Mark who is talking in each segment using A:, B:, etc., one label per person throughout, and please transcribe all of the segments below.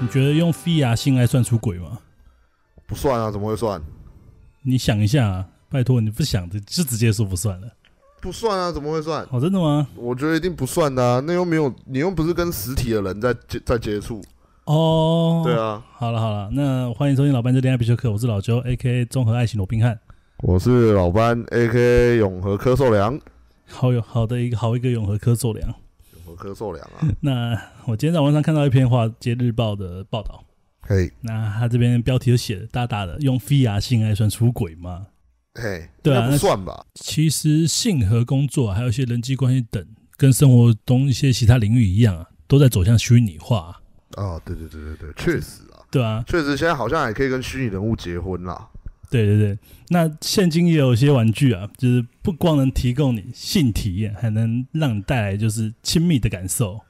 A: 你觉得用 v 亚性爱算出轨吗？
B: 不算啊，怎么会算？
A: 你想一下、啊，拜托你不想的就直接说不算了。
B: 不算啊，怎么会算？
A: 哦，真的吗？
B: 我觉得一定不算的、啊，那又没有，你又不是跟实体的人在接在接触，
A: 哦，
B: 对啊。
A: 好了好了，那欢迎收听老班这恋爱必修课，我是老周，A K A 综合爱情罗宾汉。
B: 我是老班，A K 永和柯受良，
A: 好有好的一个好一个永和科奏良。
B: 永和柯受良啊，
A: 那我今天在网上看到一篇《华尔街日报》的报道，
B: 嘿，
A: 那他这边标题就写的大大的，用 v 亚性爱算出轨吗？
B: 嘿，
A: 对啊
B: 应该不算吧？
A: 其实性和工作啊还有一些人际关系等，跟生活中一些其他领域一样啊，都在走向虚拟化啊、
B: 啊，对对对对对，确实啊，
A: 对啊，
B: 确实现在好像还可以跟虚拟人物结婚啦。
A: 对对对，那现今也有一些玩具啊，就是不光能提供你性体验，还能让你带来就是亲密的感受。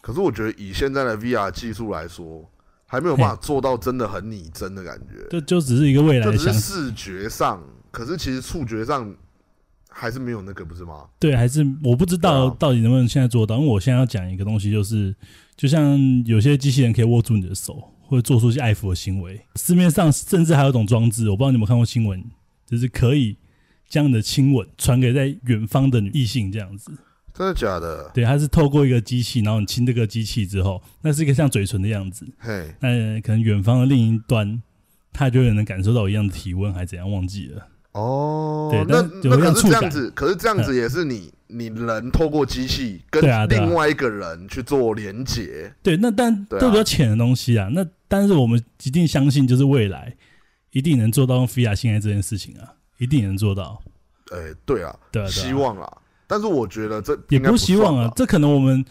B: 可是我觉得以现在的 VR 技术来说，还没有办法做到真的很拟真的感觉，
A: 这就只是一个未来
B: 就
A: 的
B: 只是
A: 想，
B: 视觉上，可是其实触觉上还是没有那个，不是吗？
A: 对，还是我不知道
B: 对啊
A: 到底能不能现在做到。因为我现在要讲一个东西，就是就像有些机器人可以握住你的手，或者做出一些爱抚的行为。市面上甚至还有一种装置，我不知道你有没有看过新闻，就是可以将你的亲吻传给在远方的女异性这样子。
B: 真的假的？
A: 对，它是透过一个机器，然后你亲这个机器之后，那是一个像嘴唇的样子。
B: 嘿，
A: 那呃可能远方的另一端，他就有能感受到一样的体温，还怎样忘记了？
B: 哦
A: 对，
B: 那
A: 但是有
B: 那
A: 一样
B: 可是
A: 触
B: 这
A: 感嗯
B: 样子，可是这样子也是你你人透过机器跟
A: 对啊对啊
B: 另外一个人去做连接，
A: 对，那但
B: 对啊
A: 都比较浅的东西啊。那但是我们一定相信，就是未来一定能做到用菲亚性爱这件事情啊，一定能做到。
B: 哎、对啊，
A: 对啊，对啊
B: 希望啦。但是我觉得这
A: 也
B: 应该
A: 不
B: 不
A: 是希望
B: 算
A: 啊
B: 吧，，
A: 这可能我们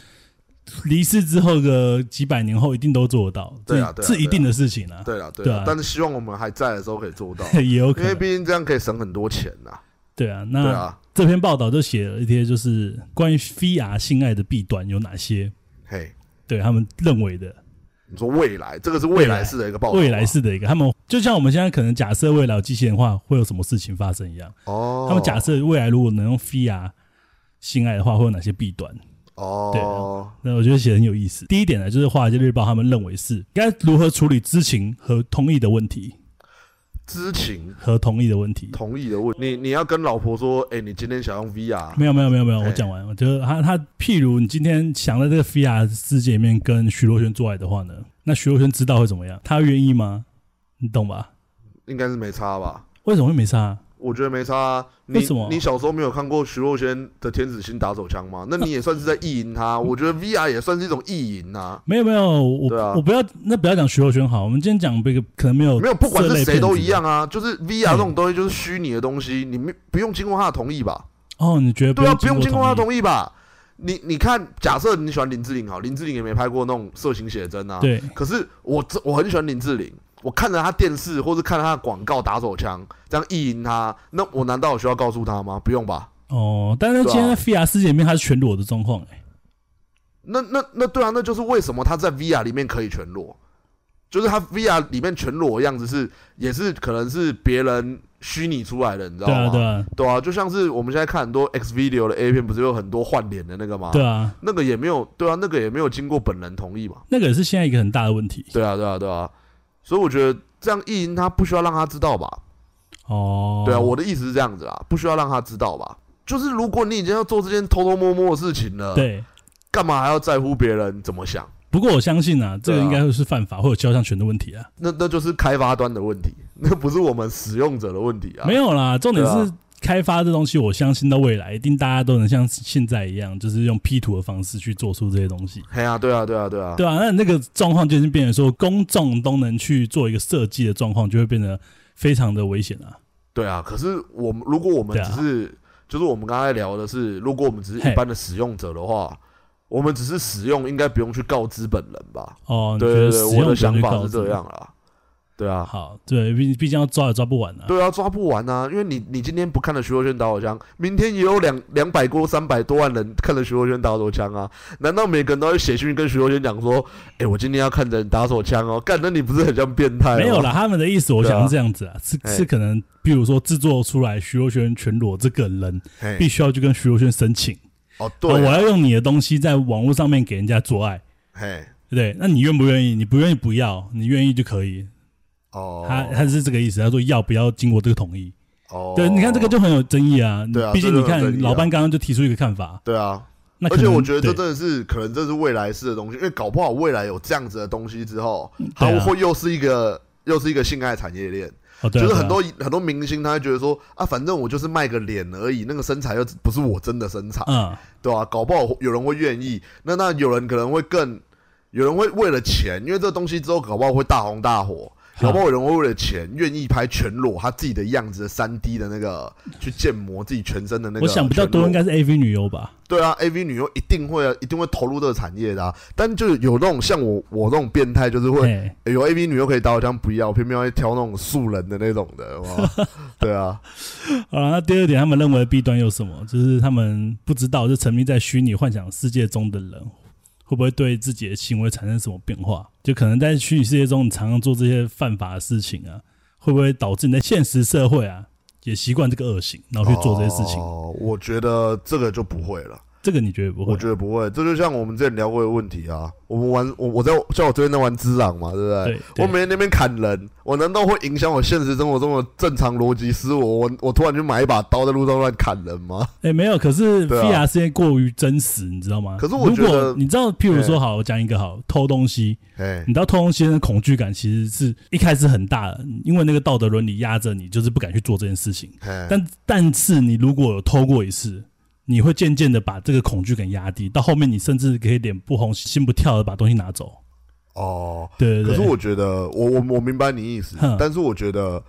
A: 离世之后个几百年后一定都做得到，
B: 对啊
A: 这
B: 对啊
A: 是一定的事情啊，
B: 对啦对
A: 对
B: 啦
A: 啊，
B: 但是希望我们还在的时候可以做到，
A: 也有可
B: 因为
A: 能。
B: 毕竟这样可以省很多钱呐。
A: 对啊，
B: 对
A: 那
B: 啊，
A: 这篇报道就写了一些，就是关于 VR 性爱的弊端有哪些，
B: 嘿，
A: 对他们认为的。
B: 你说未来，这个是未来式的一个报道吗，
A: 未来式的一个，他们就像我们现在可能假设未来有机器人的话，会有什么事情发生一样。
B: 哦，
A: 他们假设未来如果能用 VR 性爱的话，会有哪些弊端？对
B: 哦
A: 啊，那我觉得写得很有意思。第一点呢，就是《华尔街日报》他们认为是该如何处理知情和同意的问题，
B: 知情
A: 和同意的问题。
B: 同意的问，你你要跟老婆说，哎，你今天想用 VR，
A: 没有没有没有没有，我
B: 哎
A: 讲完，我觉得他他，譬如你今天想在这个 VR 世界里面跟徐若瑄做爱的话呢，那徐若瑄知道会怎么样？她愿意吗？你懂吧？
B: 应该是没差吧？
A: 为什么会没差？
B: 我觉得没差、啊。你
A: 为什么
B: 你小时候没有看过徐若瑄的《天子心打手枪》吗？那你也算是在意 淫
A: 嗯
B: 她。我觉得 VR 也算是一种意淫呐、
A: 没有没有，我、
B: 对啊
A: 我不要那不要讲徐若瑄好，我们今天讲这个可能没有
B: 没有，不管
A: 哦这
B: 是
A: 类
B: 谁都
A: 片子嗯
B: 一样啊。就是 VR 这种东西就是虚拟的东西，你没不用经过他的同意吧？
A: 哦，你觉得
B: 对啊，不用经
A: 经
B: 过
A: 过
B: 他
A: 同
B: 同意吧？你你看，假设你喜欢林志玲好，林志玲也没拍过那种色情写真啊。
A: 意。。对，
B: 可是我这我很喜欢林志玲，我看着她电视或是看着她的广告打手枪，这样意淫她，那我难道有需要告诉她吗？不用吧。
A: 哦，但是今天
B: 啊
A: 在 VR 世界里面，它是全裸的状况、欸，
B: 那那那对啊，那就是为什么他在 VR 里面可以全裸，就是他 VR 里面全裸的样子是也是可能是别人虚拟出来的，你知道
A: 对啊，
B: 吗？
A: 对啊，
B: 对啊，就像是我们现在看很多 X video 的 A 片，不是有很多换脸的那个吗？
A: 对啊，
B: 那个也没有，对啊，那个也没有经过本人同意嘛。
A: 那个也是现在一个很大的问题。
B: 对啊，对啊，对啊，所以我觉得这样意淫他不需要让他知道吧？
A: 哦，
B: 对啊，我的意思是这样子啦，不需要让他知道吧？就是如果你已经要做这件偷偷摸摸的事情了，
A: 对。
B: 干嘛还要在乎别人怎么想？
A: 不过我相信啊，这个
B: 对啊
A: 应该会是犯法，会有肖像权的问题啊。
B: 那那就是开发端的问题，那不是我们使用者的问题啊。
A: 没有啦，重点
B: 对啊
A: 是开发这东西，我相信到未来一定大家都能像现在一样，就是用 P 图的方式去做出这些东西。
B: 嘿啊，对啊，对啊，对啊，
A: 对啊，那那个状况就是变成说，公众都能去做一个设计的状况，就会变得非常的危险啊。
B: 对啊。可是我们如果我们
A: 对啊
B: 只是、就是我们刚才聊的是，如果我们只是
A: 嘿
B: 一般的使用者的话，我们只是使用，应该不用去告知本人吧？
A: 哦，你
B: 对
A: 觉
B: 对
A: 得
B: 对，
A: 使
B: 我
A: 用
B: 的
A: 者
B: 想
A: 去
B: 法
A: 告
B: 是
A: 知
B: 这样啦。对啊，
A: 好，对，毕毕竟要抓也抓不完啊。
B: 对啊，抓不完啊，因为你你今天不看了徐若瑄打手枪，明天也有两两百多、三百多万人看了徐若瑄打手枪啊。难道每个人都会写信跟徐若瑄讲说：“哎、我今天要看着你打手枪哦？”干，那你不是很像变态？哦
A: 没有啦，，他们的意思我
B: 啊对啊
A: 想是这样子啊，是
B: 哎
A: 是可能，比如说制作出来徐若瑄全裸这个人，
B: 嘿
A: 必须要去跟徐若瑄申请，
B: 哦，
A: 哦
B: 哎对
A: 我
B: 啊，
A: 要用你的东西在网络上面给人家做爱，
B: 嘿，
A: 对不对？那你愿不愿意？你不愿意不要，你愿意就可以。
B: 哦，
A: 他他是这个意思，他说要不要经过这个同意？
B: 哦，
A: 对，你看这个就很有争议啊。
B: 对啊
A: 毕竟你
B: 这个很有争
A: 看
B: 议啊
A: 老班刚刚就提出一个看法，
B: 对啊，
A: 那
B: 而
A: 可
B: 且
A: 能
B: 我觉得这
A: 对
B: 真的是可能这是未来式的东西，因为搞不好未来有这样子的东西之后，它
A: 对啊
B: 会又是一个又是一个性爱产业链，
A: 哦，对啊，
B: 就
A: 对
B: 是
A: 啊
B: 很多很多明星他会觉得说啊，反正我就是卖个脸而已，那个身材又不是我真的身材，
A: 嗯，
B: 对吧、搞不好有人会愿意，那那有人可能会更，有人会为了钱，因为这东西之后搞不好会大红大火。搞不好有人会为了钱愿意拍全裸，他自己的样子的三 D 的那个去建模自己全身的那个全
A: 我
B: 裸。
A: 想比较多应该是 AV 女优吧。
B: 对啊，A V 女优一定会啊，一定会投入这个产业的、啊。但就是有那种像我我这种变态，就是会、
A: 哎，
B: 欸有 A V 女优可以打我枪，不要，我偏偏会挑那种素人的那种的，有没 有对啊，
A: 好了，那第二点，他们认为的弊端有什么？就是他们不知道，就沉迷在虚拟幻想世界中的人，会不会对自己的行为产生什么变化？就可能在虚拟世界中，你常常做这些犯法的事情啊，会不会导致你在现实社会啊也习惯这个恶行，然后去做这些事情？
B: 哦，我觉得这个就不会了，
A: 这个你觉得不会
B: 我？觉得不会。这就像我们之前聊过的问题啊，我们玩我我在像我最近在玩滋壤嘛，对不对？
A: 对，对
B: 我每天那边砍人，我难道会影响我现实生活中的正常逻辑思维？我我突然去买一把刀在路上乱砍 人吗？
A: 哎、没有，可是
B: 对啊
A: VR 世界过于真实，你知道吗？
B: 可是我觉
A: 如
B: 得
A: 果你知道，譬如
B: 哎
A: 说，好，我讲一个好，偷东西，
B: 哎，
A: 你知道偷东西的恐惧感其实是一开始很大的，因为那个道德伦理压着你，就是不敢去做这件事情。
B: 哎，
A: 但但是你如果有偷过一次，你会渐渐的把这个恐惧感压低，到后面你甚至可以脸不红心不跳的把东西拿走。
B: 哦，
A: 对对
B: 可
A: 对，
B: 是我觉得，我我我明白你意思
A: 哼，
B: 但是我觉得，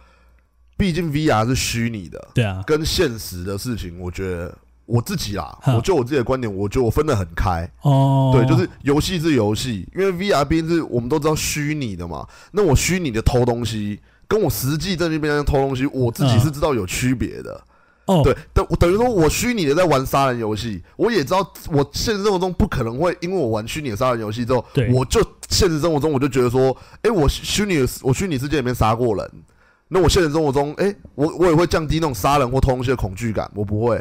B: 毕竟 VR 是虚拟的，
A: 对啊，
B: 跟现实的事情，我觉得我自己啦，
A: 哼
B: 我就我自己的观点，我觉得我分得很开。
A: 哦，
B: 对，就是游戏是游戏，因为 VR 毕竟是我们都知道虚拟的嘛，那我虚拟的偷东西。跟我实际在那边偷东西，我自己
A: 嗯
B: 是知道有区别的。
A: 哦，
B: 对，等等于说，我虚拟的在玩杀人游戏，我也知道我现实生活中不可能会，因为我玩虚拟的杀人游戏之后，
A: 对
B: 我就现实生活中我就觉得说，哎、我虚拟的我虚拟世界里面杀过人，那我现实生活中，哎、我我也会降低那种杀人或偷东西的恐惧感，我不会。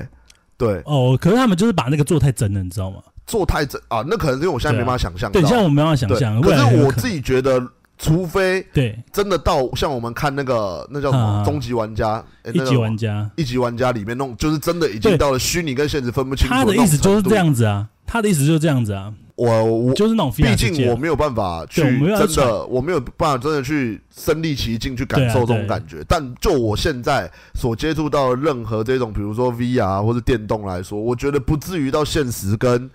B: 对，
A: 哦，可是他们就是把那个做太真了，你知道吗？
B: 做太真啊，那可能是因为我现在没办法想象到。
A: 对，像我没办法想
B: 对
A: 象，未
B: 可
A: 来很
B: 是
A: 有
B: 我
A: 可能
B: 自己觉得，除非
A: 对
B: 真的到像我们看那个那叫什么
A: 啊
B: 《终极玩家》诶
A: 一级玩
B: 家。
A: 家，
B: 一级玩家里面弄，就是真的已经
A: 对
B: 到了虚拟跟现实分不清楚。
A: 他的意思就是这，样子啊，他的意思就是这样子啊，
B: 我我
A: 就是那种 VR
B: 毕
A: 世界
B: 竟
A: 啊
B: 我没有办法去
A: 对我们要
B: 真的，
A: 传
B: 我没有办法真的去身临其境去感受这
A: 对啊
B: 种感觉。但就我现在所接触到的任何这种，比如说 VR 或者电动来说，我觉得不至于到现实跟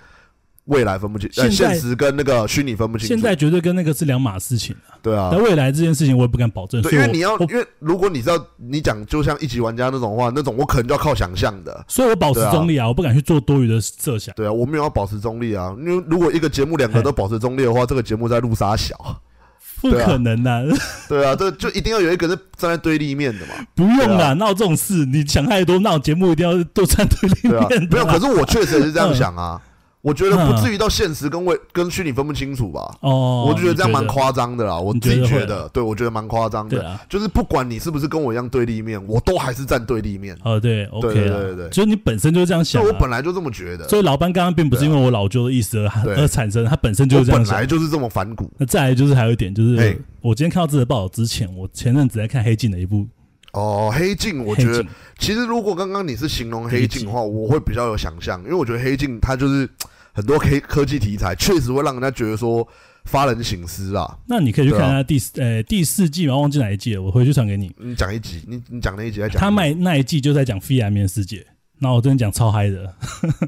B: 未来分不清，呃，
A: 现
B: 现
A: 在
B: 实跟那个虚拟分不清楚。
A: 现在绝对跟那个是两码事情啊。
B: 对啊
A: 但，未来这件事情我也不敢保证，所以
B: 对，因为
A: 我
B: 你要，
A: 我
B: 因为如果你知道你讲就像一级玩家那种话，那种我可能就要靠想象的。
A: 所以我保持
B: 对啊
A: 中立啊，我不敢去做多余的设想。
B: 对啊，我没有要保持中立啊，因为如果一个节目两个都保持中立的话，这个节目在路杀小。
A: 不
B: 对啊
A: 可能的、
B: 对啊，这就一定要有一个是站在对立面的 嘛。
A: 不用
B: 对啊
A: 啦，闹这种事，你想太多，闹节目一定要多站对立
B: 对啊
A: 面，
B: 没
A: 的
B: 有。
A: 啦、
B: 可是我确实也是这样想啊，我觉得不
A: 嗯
B: 至于到现实跟未跟虚拟分不清楚吧。
A: 哦，
B: 我就觉得这样蛮
A: 你
B: 夸张的啦，我
A: 你
B: 自己
A: 觉得
B: 觉
A: 会啊
B: 得，对我觉得蛮夸张
A: 对
B: 的。
A: 啊，
B: 就是不管你是不是跟我一样对立面，我都还是站对立面。
A: 哦对
B: 对
A: ，OK
B: 对
A: 啦
B: 对对对，
A: 就是你本身就是这样
B: 所
A: 想、
B: 以
A: 啊。
B: 我本来就这么觉得，
A: 所以老班刚刚并不是因为我老舅的意思而
B: 对
A: 而产生，他本身就
B: 我
A: 是这样
B: 本
A: 想
B: 来。就是这么反骨。
A: 那再来就是还有一点，就
B: 嘿
A: 是我今天看到这则报道之前，我前阵子在看《黑镜》的一部
B: 哦，黑镜，我
A: 黑
B: 觉得
A: 镜
B: 其实如果刚刚你是形容黑
A: 黑
B: 镜的
A: 镜
B: 话，我会比较有想象，因为我觉得黑镜它就是很多黑科技题材，确实会让人家觉得说发人省思啊。
A: 那你可以去
B: 对啊
A: 看他第四呃第四季嘛，忘记哪一季了，我回去传给你。
B: 你讲一集，你你讲那一集在讲
A: 他卖那一季就在讲 VR 面世界，那我真的讲超嗨的。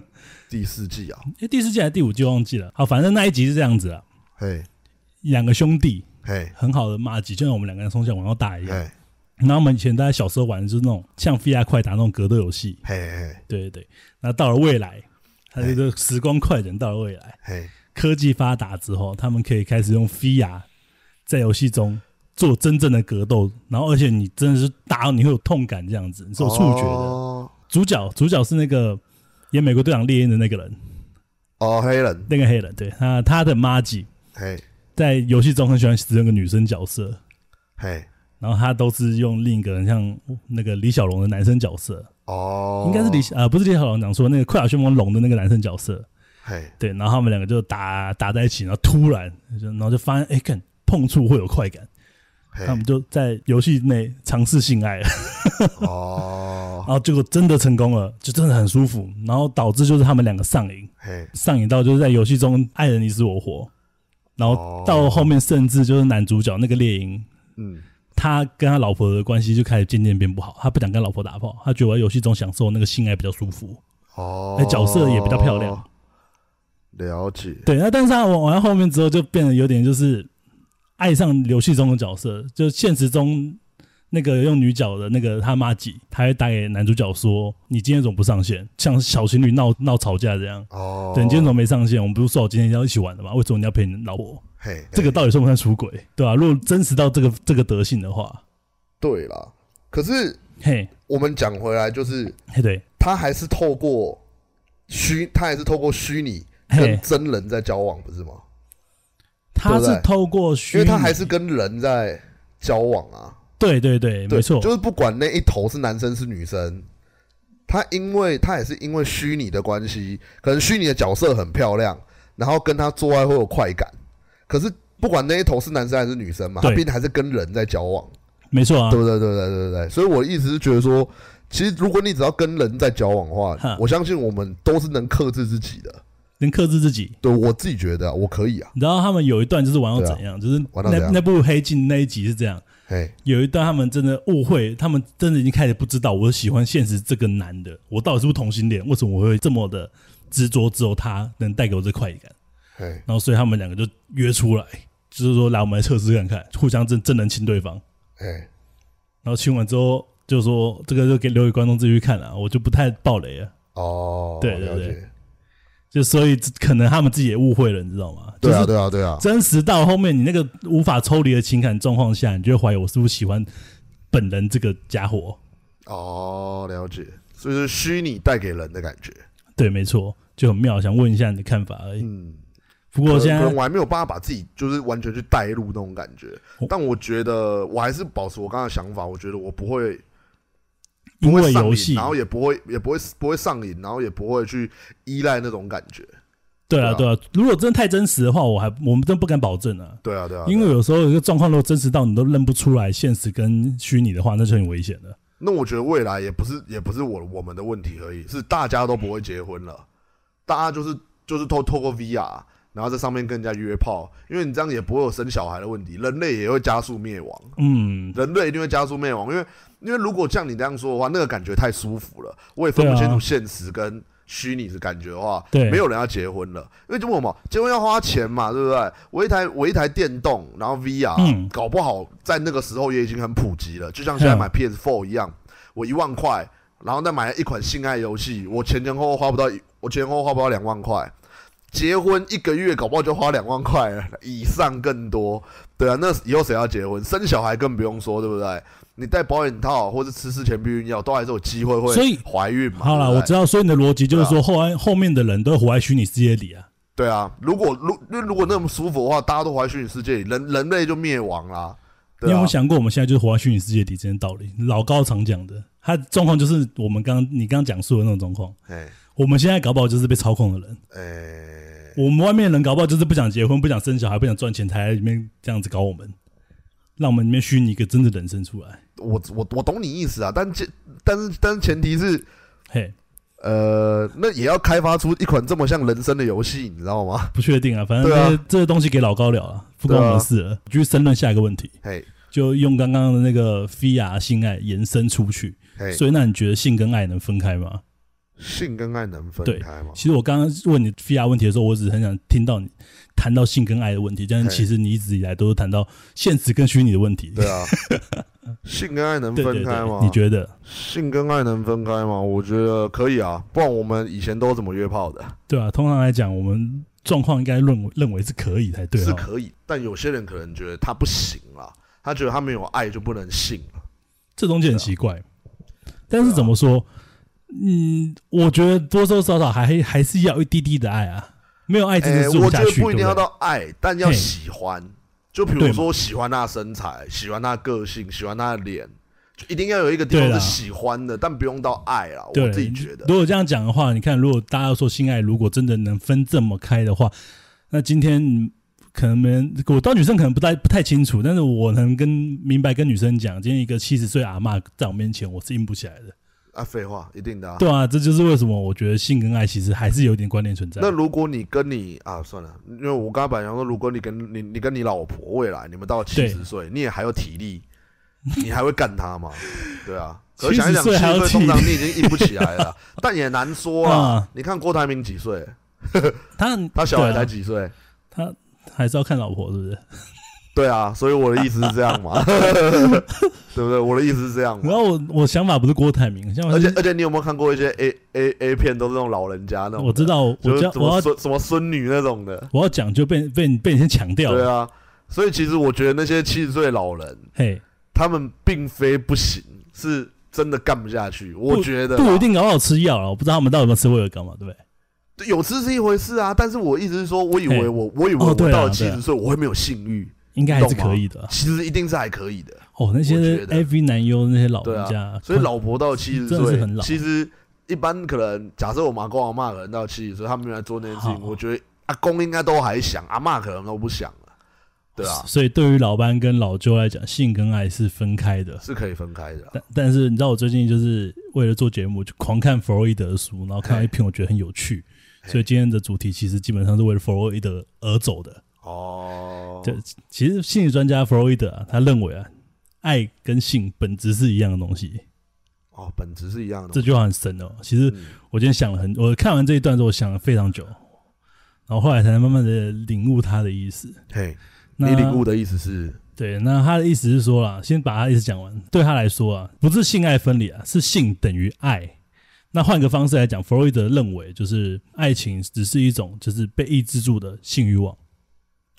B: 第四季啊，
A: 诶，第四季还是第五季忘记了，好，反正那一集是这样子啊，
B: 嘿，
A: 两个兄弟
B: 嘿，
A: 很好的骂几，就像我们两个人从小玩到大一样。
B: 嘿，
A: 然后我们以前大家小时候玩的就是那种像 VR 快打那种格斗游戏，
B: 嘿，嘿，
A: 对对对。那到了未来，它这个时光快转到了未来，
B: 嘿，
A: 科技发达之后，他们可以开始用 VR 在游戏中做真正的格斗，然后而且你真的是打到你会有痛感这样子，你是有触觉的。
B: 哦
A: 主角主角是那个演美国队长猎鹰的那个人，
B: 哦，黑人，
A: 那个黑人，对他他的妈吉
B: 嘿，
A: 在游戏中很喜欢使用个女生角色，
B: 嘿，
A: 然后他都是用另一个人像那个李小龙的男生角色，
B: 哦，
A: 应该是李，小呃不是李小龙讲说那个《快打旋风龙》的那个男生角色，
B: 嘿，
A: 对，然后他们两个就打打在一起，然后突然就然后就发现，哎，看碰触会有快感，
B: 嘿
A: 他们就在游戏内尝试性爱了，
B: 哦，
A: 然后结果真的成功了，就真的很舒服，然后导致就是他们两个上瘾，
B: 嘿，
A: 上瘾到就是在游戏中爱的你死我活，然后
B: 哦
A: 到后面甚至就是男主角那个猎鹰，
B: 嗯，
A: 他跟他老婆的关系就开始渐渐变不好，他不想跟老婆打炮，他觉得在游戏中享受那个性爱比较舒服，
B: 哦
A: 哎、，角色也比较漂亮。，
B: 了解，
A: 对，那但是他玩玩到后面之后，就变得有点就是爱上游戏中的角色，就现实中那个用女角的那个他妈几，他会打给男主角说：“你今天怎么不上线？像小情侣闹闹吵架这样。”
B: 哦，
A: 对，你今天怎么没上线？我们不是说好今天要一起玩的吗？为什么你要陪你老婆？
B: 嘿，
A: 这个到底算不算出轨？对吧、如果真实到这个这个德性的话，
B: 对啦。可是
A: 嘿，
B: 我们讲回来，就是
A: 嘿，对，
B: 他还是透过虚，他还是透过虚拟
A: 嘿
B: 跟，真人在交往，不是吗？
A: 他
B: 对不
A: 是
B: 对
A: 透过虚
B: 因
A: 拟，
B: 为他还是跟人在交往啊。
A: 对对对，
B: 对
A: 没错，
B: 就是不管那一头是男生是女生，他因为他也是因为虚拟的关系，可能虚拟的角色很漂亮，然后跟他做爱会有快感，可是不管那一头是男生还是女生嘛，他
A: 对
B: 毕竟还是跟人在交往，
A: 没错啊
B: 对，不对？对不对？对不对？所以我的意思是觉得说，其实如果你只要跟人在交往的
A: 哼
B: 话，我相信我们都是能克制自己的。
A: 能克制自己。
B: 对我自己觉得啊、我可以啊，
A: 你知道他们有一段就是玩到
B: 对啊
A: 怎样，就是
B: 玩到怎
A: 那
B: 样
A: 那部《黑镜》那一集是这样，
B: 嘿，
A: 有一段他们真的误会，他们真的已经开始不知道我喜欢现实这个男的，我到底是不是同性恋？为什么我会这么的执着，只有他能带给我这快感？
B: 嘿，
A: 然后所以他们两个就约出来，就是说来我们来测试看看，互相真真能亲对方。
B: 嘿，
A: 然后亲完之后就说这个就给留给观众自己去看了、我就不太爆雷了。
B: 哦，
A: 对对
B: 了
A: 对
B: 解，
A: 就所以这可能他们自己也误会了，你知道吗？
B: 对
A: 就是
B: 啊，对啊，对啊，
A: 真实到后面，你那个无法抽离的情感状况下，你就会怀疑我是不是喜欢本人这个家伙。
B: 哦，了解，所以是虚拟带给人的感觉。
A: 对，没错，就很妙。想问一下你的看法而已。
B: 嗯，
A: 不过现
B: 可能
A: 在
B: 我还没有办法把自己就是完全去带入那种感觉
A: 我，
B: 但我觉得我还是保持我刚刚的想法，我觉得我不会
A: 因
B: 不
A: 为
B: 会上
A: 游
B: 瘾，
A: 戏
B: 然，后也不会也不会不会上瘾，然后也不会去依赖那种感觉。
A: 对啊对
B: 对
A: 啊，如果真的太真实的话，我还我们真不敢保证啊。
B: 对啊，对啊，
A: 因为
B: 对啊
A: 有时候有一个状况，如果真实到你都认不出来现实跟虚拟的话，那就很危险了。
B: 那我觉得未来也不是也不是我我们的问题而已，是大家都不会结婚了，大家就是就是透透过 VR。然后在上面跟人家约炮，因为你这样也不会有生小孩的问题，人类也会加速灭亡。
A: 嗯，
B: 人类一定会加速灭亡，因为因为如果像你这样说的话，那个感觉太舒服了，我也分不
A: 对啊
B: 清楚现实跟虚拟的感觉的话，
A: 对
B: 没有人要结婚了，因为就问我嘛，结婚要花钱嘛，对不对？我一台我一台电动，然后 VR，、
A: 嗯
B: 搞不好在那个时候也已经很普及了，就像现在买 PS4 一样，我一万块，然后再买一款性爱游戏，我前前后后花不到一，我前前后后花不到两万块。结婚一个月，搞不好就花两万块了以上，更多。对啊，那以后谁要结婚？生小孩更不用说，对不对？你戴保险套或者吃事前避孕药，都还是有机会
A: 所以
B: 会怀孕嘛。
A: 好了，
B: 对啊
A: 我
B: 不对
A: 知道，所以你的逻辑就是说，后来后面的人都活在虚拟世界里啊。
B: 对啊，如果如因为如果那么舒服的话，大家都活在虚拟世界里，人人类就灭亡啦。
A: 你
B: 对
A: 有没
B: 啊
A: 有，想过，我们现在就是活在虚拟世界里这件道理？老高常讲的，他的状况就是我们刚你刚刚讲述的那种状况。
B: 哎
A: 我们现在搞不好就是被操控的人，
B: 哎，
A: 我们外面的人搞不好就是不想结婚、不想生小孩、不想赚钱，才在里面这样子搞我们，让我们里面虚拟一个真的人生出来。
B: 我我我懂你意思啊，但这但是但是前提是，
A: 嘿，
B: 呃，那也要开发出一款这么像人生的游戏，你知道吗？
A: 不确定啊，反正
B: 对
A: 这
B: 啊
A: 些这些东西给老高聊啊，不关我们的事了。继续申论下一个问题，
B: 嘿
A: 就用刚刚的那个 VR 性爱延伸出去。
B: 嘿，
A: 所以，那你觉得性跟爱能分开吗？
B: 性跟爱能分
A: 对
B: 开吗？
A: 其实我刚刚问你 VR 问题的时候，我只是很想听到你谈到性跟爱的问题，但是
B: 嘿
A: 其实你一直以来都是谈到现实跟虚拟的问题。
B: 对啊，性跟爱能
A: 对
B: 分
A: 对
B: 开吗
A: 对，？你觉得？
B: 性跟爱能分开吗？我觉得可以啊，不然我们以前都怎么约炮的？
A: 对啊，通常来讲，我们状况应该认为认为是可以才对
B: 是
A: 啊。
B: 可以，但有些人可能觉得他不行啦，他觉得他没有爱就不能性啊了。
A: 这东西很奇怪，
B: 啊
A: 但是怎么说？嗯，我觉得多多少少还还是要一滴滴的爱啊，没有爱真的
B: 诶
A: 是做
B: 我
A: 不
B: 觉
A: 下
B: 得
A: 去。
B: 不一定
A: 对
B: 要
A: 不对
B: 到爱，但要
A: 嘿
B: 喜欢。就比如
A: 对
B: 说喜欢他的身材，喜欢他的个性，喜欢他的脸，就一定要有一个地方
A: 对啦
B: 是喜欢的，但不用到爱啦。
A: 对
B: 我自己觉得，
A: 如果这样讲的话，你看，如果大家说性爱如果真的能分这么开的话，那今天可能没人，我当女生可能不太不太清楚，但是我能跟明白跟女生讲，今天一个七十岁阿嬷在我面前，我是硬不起来的。
B: 啊，废话，一定的、啊。
A: 对啊，这就是为什么我觉得性跟爱其实还是有一点关联存在
B: 那。如果你跟你啊，算了，因为我刚刚本来想说，如果你跟你你跟你老婆未来你们到七
A: 对
B: 十岁，你也还有 体力，你还会干她吗？对啊，可
A: 70
B: 是想一想，七
A: 岁还有
B: 十岁
A: 体力
B: 通常你已经硬不起来 了，但也难说啊
A: 啊。
B: 你看郭台铭几岁？
A: 他
B: 他小孩
A: 对
B: 才
A: 啊
B: 几岁？
A: 他还是要看老婆，是不是？
B: 对啊，所以我的意思是这 样嘛，对不对？我的意思是这样
A: 然
B: 嘛。
A: 后我我想法不是郭台铭，想法
B: 而且
A: 是
B: 而且，你有没有看过一些 A A A 片，都是那种老人家那种？
A: 我知，道，我
B: 就是
A: 要
B: 什
A: 我
B: 么
A: 要
B: 孙什么孙女那种的。
A: 我要讲就被被你被你先强调
B: 对
A: 了，
B: 啊，所以其实我觉得那些七十岁老人，
A: 嘿，
B: 他们并非不行，是真的干不下去。我觉得啦
A: 不一定搞不好吃药了，我不知道他们到底有没有吃威尔刚嘛，对不对？
B: 有吃是一回事啊，但是我意思是说，我以
A: 嘿
B: 为我我以为
A: 哦
B: 我
A: 对啊
B: 到了
A: 对
B: 七
A: 啊
B: 十岁我会没有性欲，
A: 应该还是可以的啊。
B: 其实一定是还可以的。
A: 哦，那些
B: 我觉得
A: AV 男优那些老人
B: 对啊
A: 哦家，
B: 所以老婆到七十
A: 真的是
B: 岁
A: 很老，
B: 其实一般可能假设我妈跟我妈可能到七十岁，他们来做那件事
A: 好
B: 情，我觉得阿公应该都还想，阿妈可能都不想了，对啊，
A: 所以对于老班跟老舅来讲，性跟爱是分开的。
B: 是可以分开的啊、
A: 但但是你知道，我最近就是为了做节目，就狂看弗洛伊德的书，然后看到一篇我觉得很有趣，
B: 嘿
A: 所以今天的主题其实基本上是为了弗洛伊德而走的。
B: 哦。
A: 对，其实心理专家弗洛伊德啊，他认为啊，爱跟性本质是一样的东西。
B: 哦，本质是一样的
A: 这
B: 嘛。
A: 句话很深哦。其实
B: 嗯
A: 我今天想了很，我看完这一段之后，我想了非常久，然后后来才慢慢的领悟他的意思。
B: 嘿，
A: 那
B: 你领悟的意思是，
A: 对，那他的意思是说啦，先把他意思讲完。对他来说啊，不是性爱分离啊，是性等于爱。那换个方式来讲，弗洛伊德认为，就是爱情只是一种就是被抑制住的性欲望。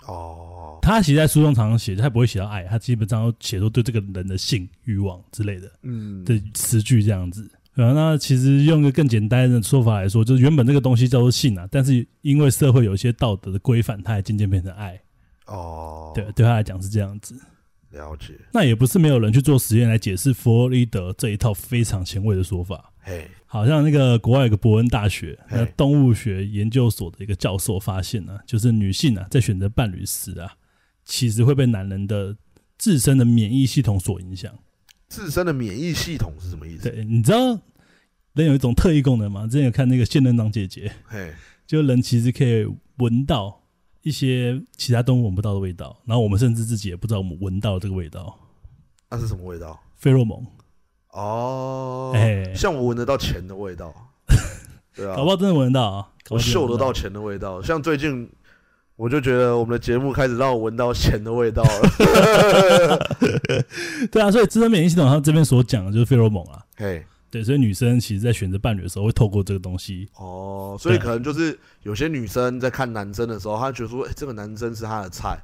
B: 哦，
A: 他其实在书中常常写，他不会写到爱，他基本上都写出对这个人的性欲望之类的
B: 嗯，
A: 的词句这样子。然后那其实用一个更简单的说法来说，就是原本这个东西叫做性啊，但是因为社会有一些道德的规范，它也渐渐变成爱。
B: 哦，
A: 对，，对他来讲是这样子。
B: 了解，
A: 那也不是没有人去做实验来解释弗洛伊德这一套非常前卫的说法。
B: 嘿，
A: 好像那个国外有个伯恩大学
B: 嘿
A: 那动物学研究所的一个教授发现呢、就是女性啊在选择伴侣时啊，其实会被男人的自身的免疫系统所影响。
B: 自身的免疫系统是什么意思？
A: 对，你知道人有一种特异功能吗？之前有看那个现任长姐姐，
B: 嘿，
A: 就人其实可以闻到一些其他动物闻不到的味道，然后我们甚至自己也不知道我们闻到这个味
B: 哦
A: 道，
B: 那是什么味道？
A: 费洛蒙。
B: 哦，
A: 哎
B: 像我闻得到钱的 味道，对啊
A: 搞，不好真的闻得到啊！搞不
B: 我
A: 好真的
B: 嗅
A: 闻
B: 得到。钱的味道。像最近，我就觉得我们的节目开始让我闻到钱的味 道了。
A: 对啊，所以自身免疫系统，它这边所讲的就是费洛蒙啊。
B: 嘿，
A: 对，所以女生其实在选择伴侣的时候，会透过这个东西。
B: 哦，所以
A: 对
B: 可能就是有些女生在看男生的时候，她觉得说，哎、这个男生是她的菜，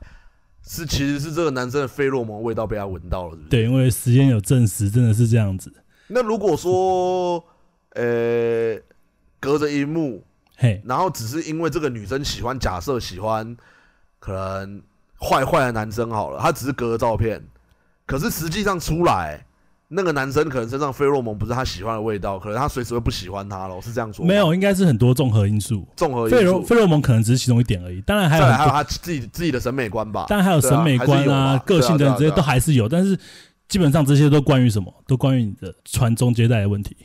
B: 是其实是这个男生的费洛蒙味道被她闻到了，是不是？
A: 对，因为实验有证实，真的是这样子。
B: 那如果说，呃，隔着一幕，
A: 嘿，
B: 然后只是因为这个女生喜欢，假设喜欢可能坏坏的男生好了，她只是隔着照片，可是实际上出来，那个男生可能身上费洛蒙不是他喜欢的味道，可能他随时会不喜欢他咯，是这样说吗？
A: 没有，应该是很多综合因素。
B: 综合因
A: 费洛
B: 素，
A: 费洛蒙可能只是其中一点而已，当然还
B: 再
A: 有
B: 来还
A: 很
B: 有
A: 多，
B: 他自己自己的审美观吧。
A: 当然还有
B: 对
A: 审
B: 啊
A: 美
B: 还
A: 观
B: 是有吧
A: 个性
B: 对
A: 等
B: 啊
A: 等这些
B: 对啊
A: 都还是有，但是基本上这些都关于什么？都关于你的传宗接代的问题。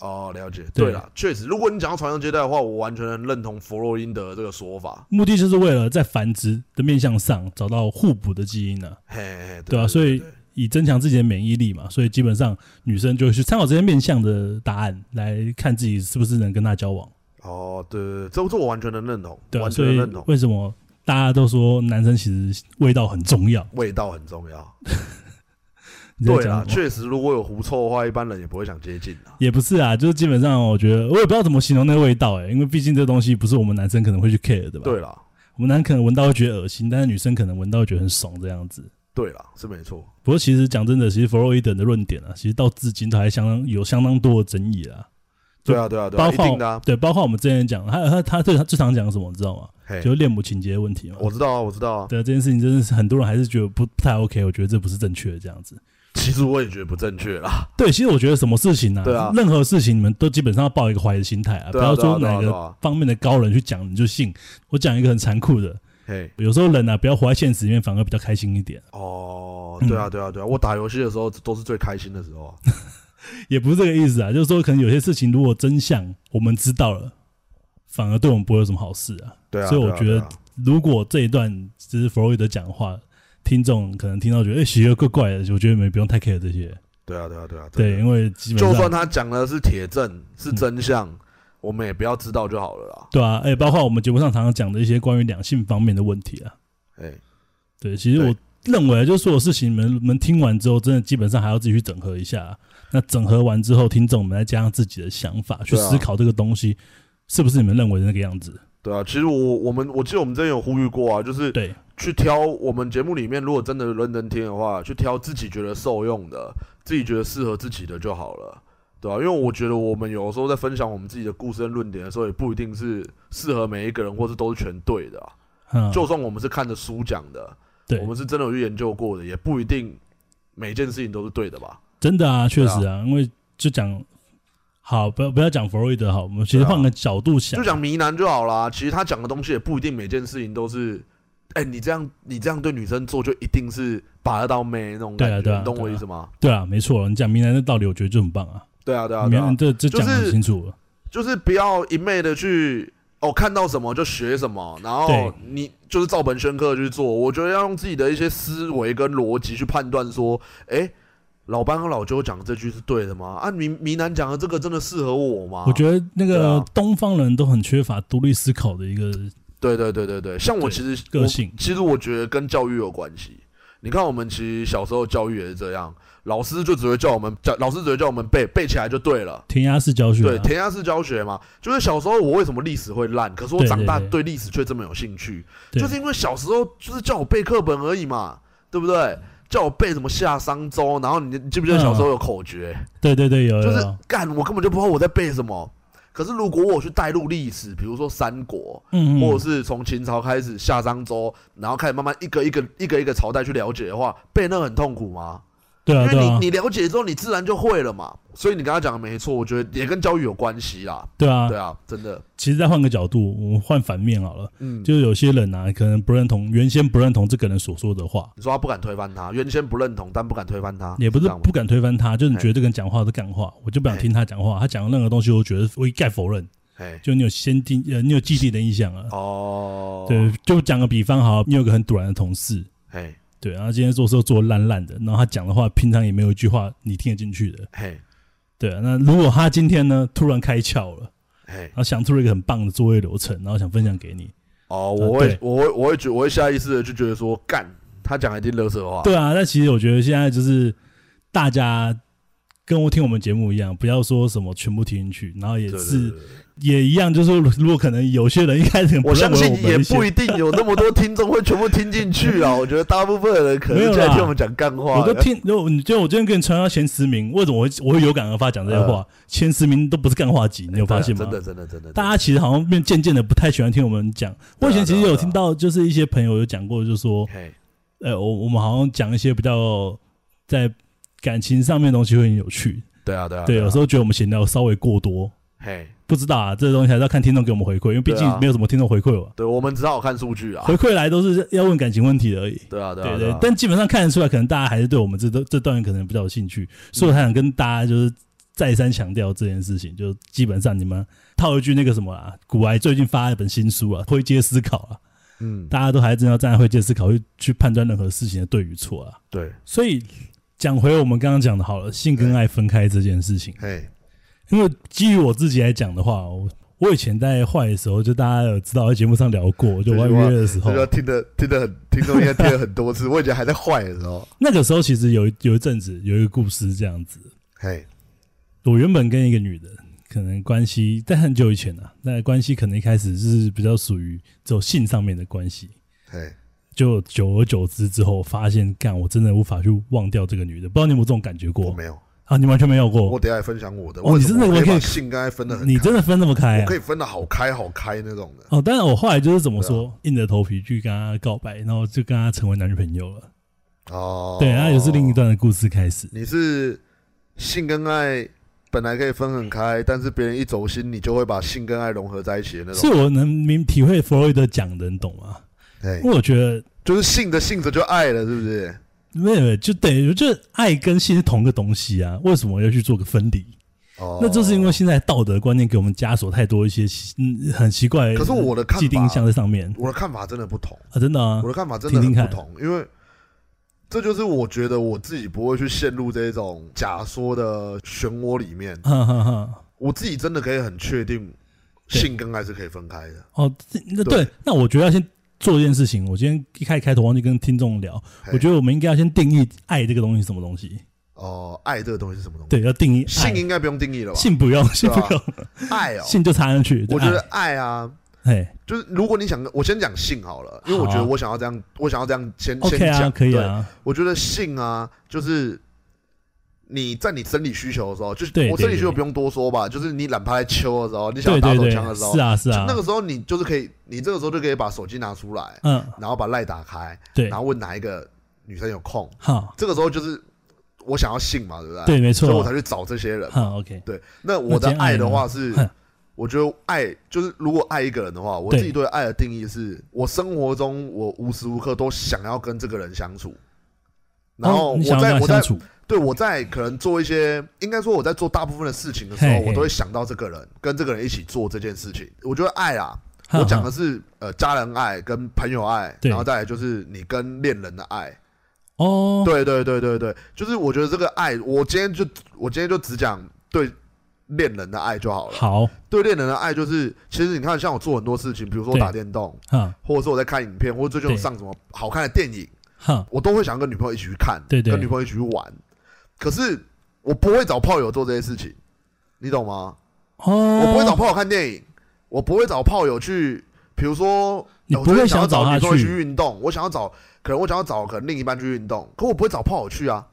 B: 哦，了解。
A: 对
B: 对了，确实，如果你讲到传宗接代的话，我完全能认同弗洛伊德这个说法。
A: 目的就是为了在繁殖的面向上找到互补的基因呢、啊。
B: 嘿嘿，嘿
A: 对啊所以
B: 对
A: 以增强自己的免疫力嘛，所以基本上女生就会去参考这些面向的答案来看自己是不是能跟他交往，
B: 哦，对对对，这这我完全能认同，
A: 对啊，
B: 完
A: 所
B: 全
A: 以
B: 能认同，
A: 为什么大家都说男生其实味道很重要？
B: 味道很重要。
A: 你在
B: 对
A: 讲
B: 啦，
A: 什么？
B: 确实，如果有狐臭的话，一般人也不会想接近啦。
A: 啊也不是啊，就是基本上我觉得我也不知道怎么形容那个味道哎、因为毕竟这东西不是我们男生可能会去 care 的吧？
B: 对，啦，
A: 我们男生可能闻到会觉得恶心，但是女生可能闻到会觉得很爽这样子。
B: 对啦，是没错。
A: 不过其实讲真的，其实弗洛伊德的论点啊，其实到至今都还相当有相当多的争议啦。就
B: 对啊，对啊，对啊，
A: 包
B: 一
A: 括
B: 定的啊。
A: 对，包括我们之前讲，他他他最他最常讲什么，你知道吗？
B: 嘿，
A: 就是恋母情节的问题嘛。
B: 我知道啊，我知道啊。
A: 对啊这件事情真的是很多人还是觉得不不太 OK，我觉得这不是正确的这样子。
B: 其实我也觉得不正确啦。
A: 对，其实我觉得什么事情呢、
B: 对啊
A: 任何事情你们都基本上要抱一个怀疑的心态啊，不
B: 对啊
A: 要
B: 对啊
A: 说
B: 对啊
A: 哪
B: 对
A: 个
B: 啊
A: 方面的高人去讲你就信。我讲一个很残酷的，
B: 嘿，
A: 有时候人啊，不要活在现实里面，反而比较开心一点。
B: 哦，对
A: 嗯
B: 啊，对啊，对啊，我打游戏的时候都是最开心的时候 啊。
A: 也不是这个意思啊，就是说可能有些事情如果真相我们知道了，反而对我们不会有什么好事啊。
B: 对啊，
A: 所以我
B: 对啊
A: 觉得
B: 对啊
A: 如果这一段只是弗洛伊德讲的话，听众可能听到觉得哎，邪恶怪怪的，我觉得你们不用太 care 这些。
B: 对啊，对啊，对啊，
A: 对，
B: 对啊。
A: 因为基本上嗯
B: 就算他讲的是铁证，是真相，我们也不要知道就好了啦。
A: 对啊，哎、包括我们节目上常常讲的一些关于两性方面的问题啊。
B: 哎，
A: 对，其实我认为啊就是所有事情，你们你们听完之后，真的基本上还要自己去整合一下啊、那整合完之后，听众们再加上自己的想法去
B: 对啊
A: 思考这个东西、是不是你们认为的那个样子。
B: 对啊，其实我我们我记得我们之前有呼吁过啊，就是
A: 对
B: 去挑我们节目里面，如果真的认真听的话，去挑自己觉得受用的，自己觉得适合自己的就好了，对啊，因为我觉得我们有时候在分享我们自己的故事跟论点的时候，也不一定是适合每一个人，或是都是全对的啊、
A: 嗯，
B: 就算我们是看着书讲的，
A: 对
B: 我，们是真的有去研究过的，也不一定每件事情都是对的吧？
A: 真的啊，确
B: 啊
A: 实啊，因为就讲好，不要不要讲弗洛伊德好，我们其实
B: 对啊
A: 换个角度想，
B: 就讲迷男就好啦。其实他讲的东西也不一定每件事情都是，哎、你这样你这样对女生做就一定是把得到妹那种感觉，
A: 对啊对啊
B: 你懂我
A: 对啊
B: 意思吗？
A: 对啊，没错，你讲明兰的道理，我觉得就很棒啊，
B: 对啊，对啊，
A: 明
B: 对啊
A: 兰，这这
B: 就
A: 讲得很
B: 是啊
A: 清楚了，
B: 就是不要一昧的去哦，看到什么就学什么，然后
A: 对
B: 你就是照本宣科地去做。我觉得要用自己的一些思维跟逻辑去判断说，哎、老班和老周讲的这句是对的吗？啊，明明南讲的这个真的适合我吗？
A: 我觉得那
B: 对
A: 个
B: 啊
A: 东方人都很缺乏独立思考的一个
B: 对对对对对，像我
A: 对
B: 其实
A: 个
B: 我
A: 性
B: 其实我觉得跟教育有关系。你看，我们其实小时候教育也是这样，老师就只会叫我们教，老师只会叫我们背，背起来就对了。
A: 填鸭式教学、
B: 对，
A: 啊，
B: 填鸭式教学嘛，就是小时候我为什么历史会烂，可是我
A: 对
B: 长大
A: 对
B: 对历史却这么有兴趣，
A: 对
B: 就是因为小时候就是叫我背课本而已嘛，对不对？叫我背什么夏商周，然后你你记不记得小时
A: 嗯
B: 候有口诀？
A: 对对对，有有
B: 就是
A: 有，
B: 干，我根本就不知道我在背什么。可是如果我去带入历史，比如说三国，
A: 嗯
B: 或者
A: 嗯，
B: 是从秦朝开始夏商周，然后开始慢慢一个一个一个一个朝代去了解的话，背那很痛苦吗？
A: 对啊
B: 因
A: 对
B: 为
A: 啊
B: 你你了解之后，你自然就会了嘛。所以你刚刚讲的没错，我觉得也跟教育有关系啦。
A: 对啊
B: 对，啊，真的，
A: 其实再换个角度，我们换反面好了，
B: 嗯，
A: 就是有些人啊，可能不认同原先不认同这个人所说的话，
B: 你说他不敢推翻他，原先不认同，但不敢推翻他，
A: 也不
B: 这
A: 是
B: 样吗
A: 不敢推翻他，就是你
B: 嘿
A: 觉得这个人讲话都干话，我就不想听他讲话，他讲的任何东西，我觉得我一概否认。
B: 哎，
A: 就你有先定呃，你有既定的印象了。
B: 哦，
A: 对，，就讲个比方好，你有个很突然的同事，
B: 嘿，
A: 对，然后今天做事都做烂烂的，然后他讲的话，平常也没有一句话你听得进去的，
B: 嘿，
A: 对啊。那如果他今天呢突然开窍了，
B: 嘿
A: 然，后想出了一个很棒的作业流程，然后想分享给你，
B: 哦，我会
A: 啊对，
B: 我会，我会觉，我会下意识的就觉得说，干，他讲一定乐色话，
A: 对啊。那其实我觉得现在就是大家跟我听我们节目一样，不要说什么全部听进去，然后也
B: 对，对对
A: 是
B: 对对
A: 也一样，就是说如果可能有些人一开始不
B: 我
A: 认
B: 相
A: 为
B: 信
A: 我们
B: 也
A: 一些
B: 不一定有那么多听众会全部听进 去啊。我觉得大部分人可
A: 没有
B: 能
A: 啦
B: 现在听我们讲干话，
A: 我都听，如果你就我今天跟你传到前十名，为什么我会我会有感而发讲这些话？前十名都不是干话集，你有发现吗？
B: 嗯真啊的，真的，真的，
A: 大家其实好像变渐渐的不太喜欢听我们讲。
B: 啊
A: 我以前其实有听到，就是一些朋友有讲过，就是说，
B: 嘿，
A: 呃，我我们好像讲一些比较在感情上面的东西会很有趣。
B: 对啊，对啊，
A: 对，有时
B: 候，
A: 候觉得我们闲聊稍微过多，
B: 嘿，
A: 不知道啊，这东西还是要看听众给我们回馈，因为毕
B: 对啊
A: 竟没有什么听众回馈我，
B: 对我们只好看数据啊
A: 回，馈来都是要问感情问题而已。
B: 对啊，对啊，
A: 对
B: 对
A: 对
B: 啊，，
A: 但基本上看得出来，可能大家还是对我们这段这段可能比较有兴
B: 嗯
A: 趣，所以我才想跟大家就是再三强调这件事情，就基本上你们套一句那个什么啊，古埃最近发了一本新书啊，《灰阶思考》啊，
B: 嗯，
A: 大家都还真要站在灰阶思考去去判断任何事情的对与错啊。
B: 对，
A: 所以讲回我们刚刚讲的好了，性跟爱分开这件事情，
B: 嘿，
A: 因为基于我自己来讲的话，我我以前在坏的时候，就大家有知道在节目上聊过，就
B: 这句
A: 我在
B: 话
A: 约的时候
B: 这，个听的听的很，听众应该听了很多次。我以前还在坏的时候，
A: 那个时候其实有一有一阵子有一个故事这样子。
B: 嘿，
A: 我原本跟一个女的可能关系，在很久以前啊，那关系可能一开始是比较属于只有性上面的关系，
B: 嘿，
A: 就久而久之之后，发现干我真的无法去忘掉这个女的，不知道你有没有这种感觉
B: 我
A: 过
B: 没有，
A: 啊？你完全没有
B: 我
A: 过，
B: 等一下也分享我的。
A: 哦
B: 为什么
A: 你真的
B: 我可
A: 可以
B: 以把性跟爱分的很开，
A: 你真的分那么开
B: 我
A: 啊
B: 可？以分的好开好开那种的。
A: 哦，但是我后来就是怎么说，硬着头皮去跟她告白，然后就跟她成为男女朋友了。
B: 哦，
A: 对，然后也是另一段的故事开始。
B: 你是性跟爱本来可以分很开，但是别人一走心，你就会把性跟爱融合在一起的那
A: 是
B: 种。
A: 我能明体会弗洛伊德讲的，你懂吗？
B: 对
A: 因，为我觉得
B: 就是性着性着就爱了，是不是？
A: 没有，没有就等于就是爱跟性是同个东西啊，为什么要去做个分离？
B: 哦，
A: 那就是因为现在道德观念给我们枷锁太多一些奇嗯很奇怪，
B: 可是我的看
A: 既定印象
B: 法，
A: 在上面
B: 我的看法真的不同，
A: 啊，真的啊
B: 我，的看法真的
A: 听
B: 很
A: 听看
B: 不同，因为这就是我觉得我自己不会去陷入这种假说的漩涡里面，
A: 哈哈哈。
B: 我自己真的可以很确定，
A: 对
B: 性跟爱是可以分开的。
A: 哦，这那
B: 对
A: 对，那我觉得要先做一件事情。我今天一开开头忘记跟听众聊，
B: 嘿
A: 我觉得我们应该要先定义爱这个东西是什么东西。
B: 哦，爱这个东西是什么东西？
A: 对，要定义爱
B: 性应该不用定义了吧？
A: 性不用，性
B: 吧
A: 不用，
B: 爱哦，
A: 性就插上去。
B: 我觉得
A: 对，
B: 爱啊，
A: 哎，
B: 就是如果你想，我先讲性好了，因为我觉得
A: 好啊
B: 我想要这样，我想要这样先
A: 嘿
B: 先
A: ，OK 啊，
B: 讲，
A: 可以
B: 对，
A: 啊，
B: 我觉得性啊，就是你在你生理需求的时候，就是
A: 对
B: 我
A: 对
B: 生理需求
A: 对
B: 不用多说吧，就是你懒趴在秋的时候，你想
A: 对
B: 要打
A: 对
B: 手
A: 对
B: 枪的，时候，
A: 是啊是啊
B: 就，那个时候你就是可以，你这个时候就可以把手机拿出来，
A: 嗯，
B: 然后把赖打开，
A: 对
B: 然，后问哪一个女生有空，
A: 好，
B: 这个时候就是我想要性嘛，对不对？
A: 对，没
B: 所以我
A: 错啊
B: 才，去找这些人。
A: 好，OK，
B: 对，那我的
A: 那兼爱嗯
B: 爱
A: 呢
B: 的话是
A: 哼，
B: 我觉得爱就是如果爱一个人的话，我
A: 对
B: 自己对爱的定义是我生活中我无时无刻都想要跟这个人相处，然后
A: 哦你
B: 我
A: 想要
B: 在、
A: 跟他
B: 我在
A: 相处，
B: 对我在可能做一些，应该说我在做大部分的事情的时候，
A: 嘿嘿
B: 我都会想到这个人，跟这个人一起做这件事情。我觉得爱啊，
A: 哈
B: 我讲 的
A: 哈
B: 是呃家人爱跟朋友爱，
A: 对
B: 然后再来就是你跟恋人的爱。
A: 哦，
B: 对对对对对，就是我觉得这个爱，我今天就我今天就只讲对恋人的爱就好了。
A: 好，
B: 对恋人的爱就是，其实你看，像我做很多事情，比如说
A: 对
B: 打电动，
A: 哈
B: 或者是我在看影片，或者最近有
A: 对
B: 上什么好看的电影，
A: 哈，
B: 我都会想跟女朋友一起去看，
A: 对对
B: 跟女朋友一起去玩。可是我不会找炮友做这些事情，你懂吗？
A: 哦，
B: 我不会找炮友看电影，我不会找炮友去，比如说，
A: 你
B: 呃我
A: 不会
B: 最近想
A: 想
B: 要
A: 找
B: 找
A: 他
B: 女朋友
A: 去
B: 去运动，我想要找，可能我想要找可能另一半去运动，可我不会找炮友去啊。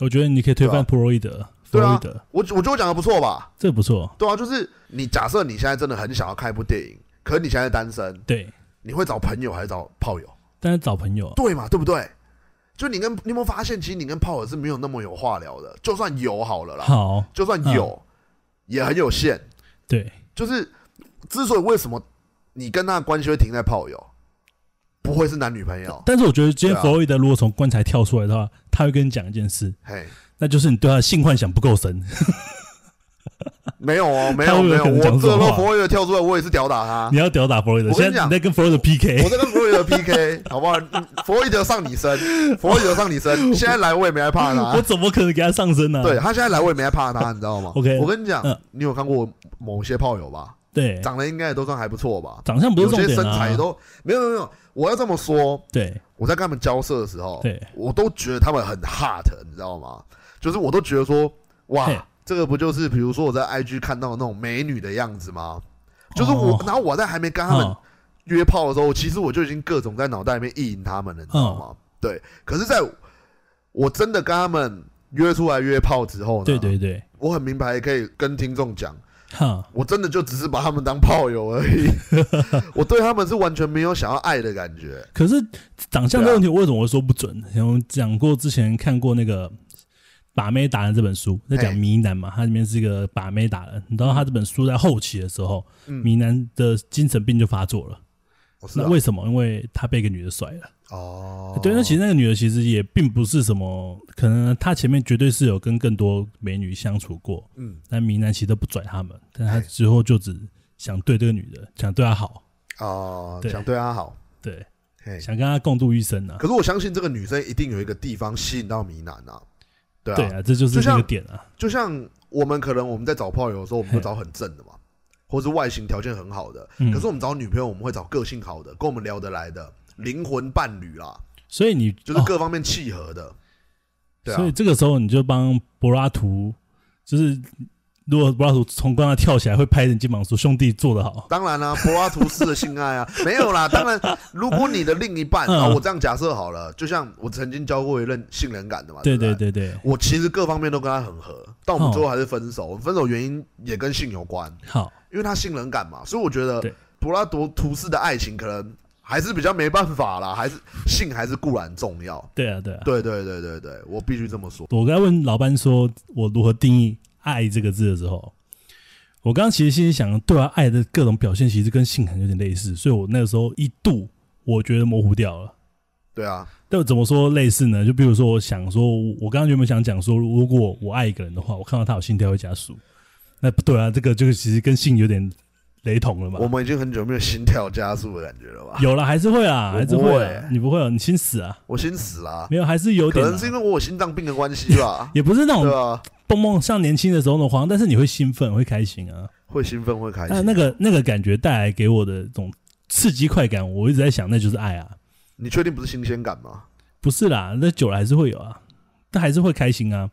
A: 我觉得你可以推翻弗洛伊德，弗
B: 对
A: 洛
B: 啊
A: 伊德，
B: 我我觉得我讲的不错吧？
A: 这不错，
B: 对啊，就是你假设你现在真的很想要看一部电影，可你现在单身，
A: 对，
B: 你会找朋友还是找炮友？
A: 但是找朋友啊，
B: 对嘛，对不对？就你跟你有没有发现，其实你跟炮友是没有那么有话聊的。就算有好了啦，
A: 好，嗯
B: 就算有，也很有限。
A: 对，
B: 就是之所以为什么你跟他的关系会停在炮友，不会是男女朋友，
A: 但是我觉得今天
B: 对啊
A: 弗洛伊德如果从棺材跳出来的话，他会跟你讲一件事，
B: 嘿，
A: 那就是你对他的性幻想不够深。
B: 没有哦，没
A: 他会
B: 有
A: 不
B: 没
A: 会
B: 有，
A: 可能
B: 我
A: 讲这
B: 这个
A: 种话
B: 洛佛尔跳出来，我也是屌打他
A: 你。要屌打弗洛伊德，
B: 啊我跟
A: 现
B: 你
A: 在
B: 讲
A: 你在跟弗洛伊德 PK
B: 我。在跟弗洛伊德 PK，好不好？嗯弗洛伊德上你身，弗洛伊德上你身。现在来我也没害怕
A: 我
B: 他，
A: 怎么可能给他上身呢、
B: 啊对啊他现在来我也没害怕他，你知道吗
A: OK，
B: 我跟你讲
A: 嗯，
B: 你有看过某些炮友吧？
A: 对，
B: 长得应该也都算还不错吧？
A: 长相不是
B: 有
A: 重
B: 些
A: 点
B: 身
A: 啊
B: 材。都没有没有没有。我要这么说，
A: 对
B: 我在跟他们交涉的时候，
A: 对
B: 我都觉得他们很 hot，你知道吗？就是我都觉得说，
A: 嘿
B: 哇，这个不就是比如说我在 IG 看到的那种美女的样子吗？就是我，
A: 哦
B: 然后我在还没跟他们
A: 哦
B: 约炮的时候，其实我就已经各种在脑袋里面意淫他们了，你知道吗？
A: 哦
B: 对，可是在我真的跟他们约出来约炮之后呢，
A: 对对对，
B: 我很明白可以跟听众讲，
A: 哈，
B: 我真的就只是把他们当炮友而 已，我对他们是完全没有想要爱的感觉。
A: 可是长相的问题，为什么我说不准？然后讲过之前看过那个《把妹达人》这本书，在讲
B: 嘿
A: 迷男嘛，它里面是一个把妹达人。你知道他这本书在后期的时候，
B: 嗯
A: 迷男的精神病就发作了。
B: 我是
A: 那
B: 啊
A: 为什么？因为他被一个女的甩了。
B: 哦，
A: 对，那其实那个女的其实也并不是什么，可能她前面绝对是有跟更多美女相处过，
B: 嗯
A: 但明男其实都不拽她们，但她
B: 哎
A: 之后就只想对这个女的，想对她好，
B: 哦，
A: 对
B: 想对她好，
A: 对，
B: 嘿，
A: 想跟她共度一生啊。
B: 可是我相信这个女生一定有一个地方吸引到迷男啊，对啊，
A: 对啊，这就是
B: 就
A: 那
B: 像
A: 个点啊。
B: 就像我们可能我们在找炮友的时候，我们会
A: 嘿
B: 找很正的嘛，或是外形条件很好的，
A: 嗯
B: 可是我们找女朋友，我们会找个性好的，跟我们聊得来的灵魂伴侣啦，
A: 所以你
B: 就是
A: 哦
B: 各方面契合的，对啊
A: 所以，这个时候你就帮柏拉图，就是如果柏拉图从棺材跳起来，会拍人肩膀说：“兄弟，做得好。
B: 当然啦、啊柏拉图式的 性爱啊，没有啦。当然，如果你的另一半
A: 嗯
B: 啊，我这样假设好了，就像我曾经交过一任性冷感的嘛，”
A: 对
B: 啊不对
A: 对对对，
B: 我其实各方面都跟他很合，但我们
A: 哦
B: 最后还是分手。分手原因也跟性有关，
A: 好，
B: 因为他性冷感嘛，所以我觉得
A: 对
B: 柏拉图图式的爱情可能还是比较没办法啦，还是性还是固然重要。
A: 对啊，对啊。
B: 对对对对对，我必须这么说。
A: 我刚才问老班说我如何定义“爱”这个字的时候，我刚刚其实心里想，对啊，爱的各种表现其实跟性感有点类似，所以我那个时候一度我觉得模糊掉了。
B: 对啊，
A: 但怎么说类似呢？就比如说，我想说，我我刚刚原本想讲说，如果我爱一个人的话，我看到他有心跳会加速，那不对啊，这个就是其实跟性有点雷同了嘛
B: 我。们已经很久没有心跳加速的感觉了吧？
A: 有了还是会啊，
B: 我
A: 还是
B: 不
A: 会
B: 会
A: 啊
B: 欸，
A: 你不会哦，你心死啊？
B: 我心死啦、
A: 没有，还是有
B: 可
A: 点啊，，
B: 能是因为我有心脏病的关系吧
A: 也不是那
B: 对
A: 种
B: 啊，
A: 蹦蹦像年轻的时候那种慌，但是你会兴奋，会开心啊。
B: 会兴奋会开
A: 那
B: 心。
A: 那个那个感觉带来给我的这种刺激快感，我一直在想，那就是爱啊，
B: 你确定不是新鲜感吗？
A: 不是啦，那久了还是会有啊，但还是会开心啊。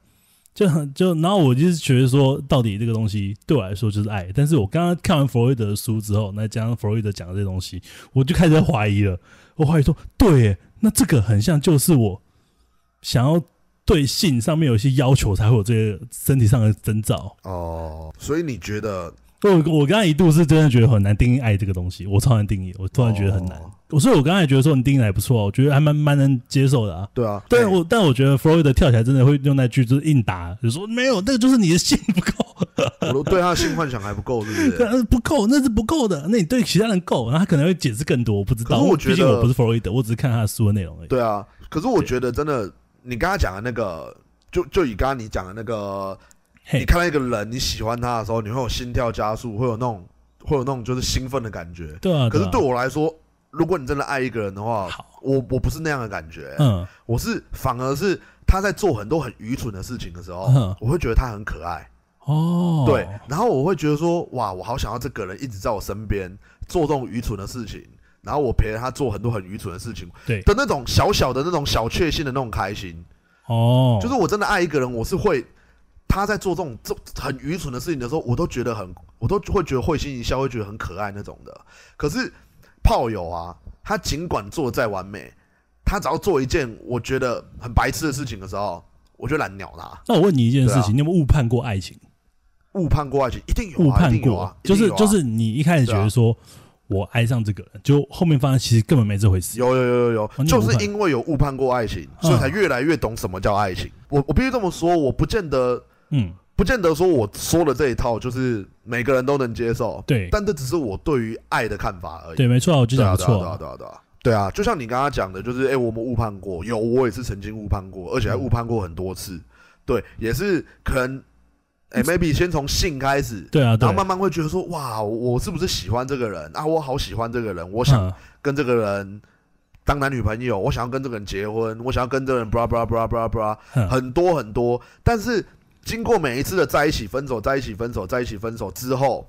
A: 就很就，然后我就是觉得说，到底这个东西对我来说就是爱。但是我刚刚看完弗洛伊德的书之后，那加上弗洛伊德讲的这些东西，我就开始在怀疑了。我怀疑说，对耶，那这个很像就是我想要对性上面有一些要求，才会有这个身体上的征兆。
B: 哦，所以你觉得
A: 我哦我刚才一度是真的觉得很难定义爱这个东西，我超难定义，我突然觉得很难。
B: 哦
A: 我所以，我刚才觉得说你定义得还不错，啊我觉得还蛮蛮能接受的啊。
B: 对啊，
A: 但
B: 哎
A: 我、但我觉得 Freud 跳起来真的会用那句就是硬打，就说没有，那个就是你的性不够，
B: 我都对他的性幻想还不够，是不
A: 对
B: 是？
A: 啊不够，那是不够的。那你对其他人够，然后他可能会解释更多，我不知道。
B: 可是我觉得
A: 毕竟我不是 Freud，我只是看他的书的内容而已。
B: 对啊，可是我觉得真的，你刚刚讲的那个，就就以刚刚你讲的那个，
A: 嘿
B: 你看到一个人你喜欢他的时候，你会有心跳加速，会有那种会有那种就是兴奋的感觉。
A: 对啊，
B: 可是
A: 啊
B: 对我来说，如果你真的爱一个人的话
A: 好，
B: 我我不是那样的感觉，
A: 嗯
B: 我是反而是他在做很多很愚蠢的事情的时候，
A: 嗯
B: 我会觉得他很可爱。
A: 哦，
B: 对，然后我会觉得说，哇，我好想要这个人一直在我身边做这种愚蠢的事情，然后我陪着他做很多很愚蠢的事情，
A: 对
B: 的那种小小的那种小确幸的那种开心，
A: 哦，
B: 就是我真的爱一个人，我是会他在做这种这很愚蠢的事情的时候，我都觉得很，我都会觉得会心一笑，会觉得很可爱那种的。可是炮友啊，他尽管做的再完美，他只要做一件我觉得很白痴的事情的时候，我就懒鸟他。
A: 那我问你一件事
B: 对啊
A: 情，你有没有误判过爱情？
B: 误判过爱情一定有、啊，
A: 误判
B: 一定有
A: 过，
B: 啊，一
A: 就
B: 定
A: 是
B: 有啊
A: 就是你一开始觉
B: 对
A: 得
B: 啊
A: 说、我爱上这个人，就后面发现其实根本没这回事。
B: 有有有有有，
A: 哦你
B: 就
A: 有误
B: 是
A: 判
B: 因为有误判过爱情，
A: 嗯
B: 所以才越来越懂什么叫爱情。我我必须这么说，我不见得
A: 嗯，
B: 不见得说我说的这一套就是每个人都能接受，
A: 对
B: 但这只是我对于爱的看法而已。
A: 对，没错啊，我就
B: 对
A: 讲
B: 啊，
A: 不
B: 对啊，
A: 错
B: 对啊，
A: 啊。
B: 对啊，对啊。对啊，就像你刚刚讲的，就是哎、诶我们误判过，有我也是曾经误判
A: 嗯
B: 过，而且还误判过很多次。对，也是可能，哎、m a y b e 先从性开始，
A: 嗯对啊，对
B: 然
A: 啊，
B: 后慢慢会觉得说，哇，我是不是喜欢这个人啊？我好喜欢这个人，我
A: 我
B: 想跟这个人当男女朋友，我想要跟这个人结婚，我想要跟这个人 blah blah blah blah blah，
A: 嗯
B: 很多很多。但是经过每一次的在一起、分手、在一起、分手、在一起、分手之后，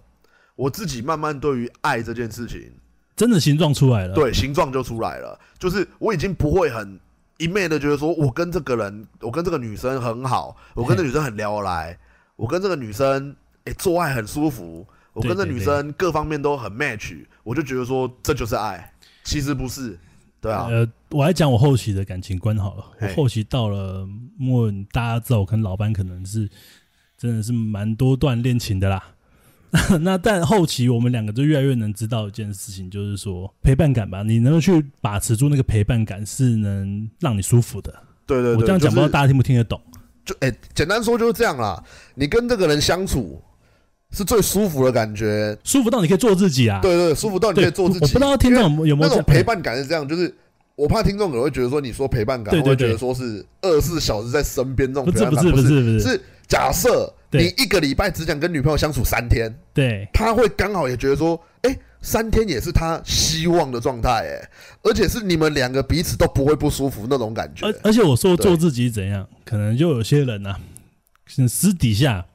B: 我自己慢慢对于爱这件事情，
A: 真的形状出来了。，
B: 对形状就出来了，就是我已经不会很。一昧的觉得说，我跟这个人，我跟这个女生很好，我跟这个女生很聊得来，我跟这个女生，诶、做爱很舒服，我跟这
A: 对对
B: 女
A: 对
B: 生各方面都很 match，我就觉得说这就是爱，其实不是，对啊，
A: 呃，我来讲我后期的感情观好了。我
B: 嘿
A: 后期到了末，大家知道我跟老班可能是真的是蛮多段恋情的啦。 那但后期我们两个就越来越能知道一件事情，就是说陪伴感吧，你能够去把持住那个陪伴感，是能让你舒服的。
B: 对对对，
A: 我这样讲不知道
B: 就是
A: 大家听不听得懂。
B: 就哎、简单说就是这样啦。你跟这个人相处是最舒服的感觉，
A: 舒服到你可以做自己啊。
B: 对对对，舒服到你可
A: 对，
B: 以做自己。
A: 我不知道听
B: 因为
A: 众有没有这
B: 那种
A: 样
B: 陪，伴感是这样，就是我怕听众可能会觉得说，你说陪伴感，
A: 对对
B: 会觉得
A: 对
B: 说是二十四小时在身边这种
A: 不
B: 陪
A: 是
B: 伴
A: 不
B: 感，
A: 是不
B: 是
A: 是不是，
B: 是假设
A: 对
B: 你一个礼拜只想跟女朋友相处三天，
A: 哎对
B: 他会刚好也觉得说，哎、三天也是他希望的状态，哎，而且是你们两个彼此都不会不舒服那种感觉
A: 而。而且我说
B: 对
A: 做自己怎样，可能就有些人啊，是私底下，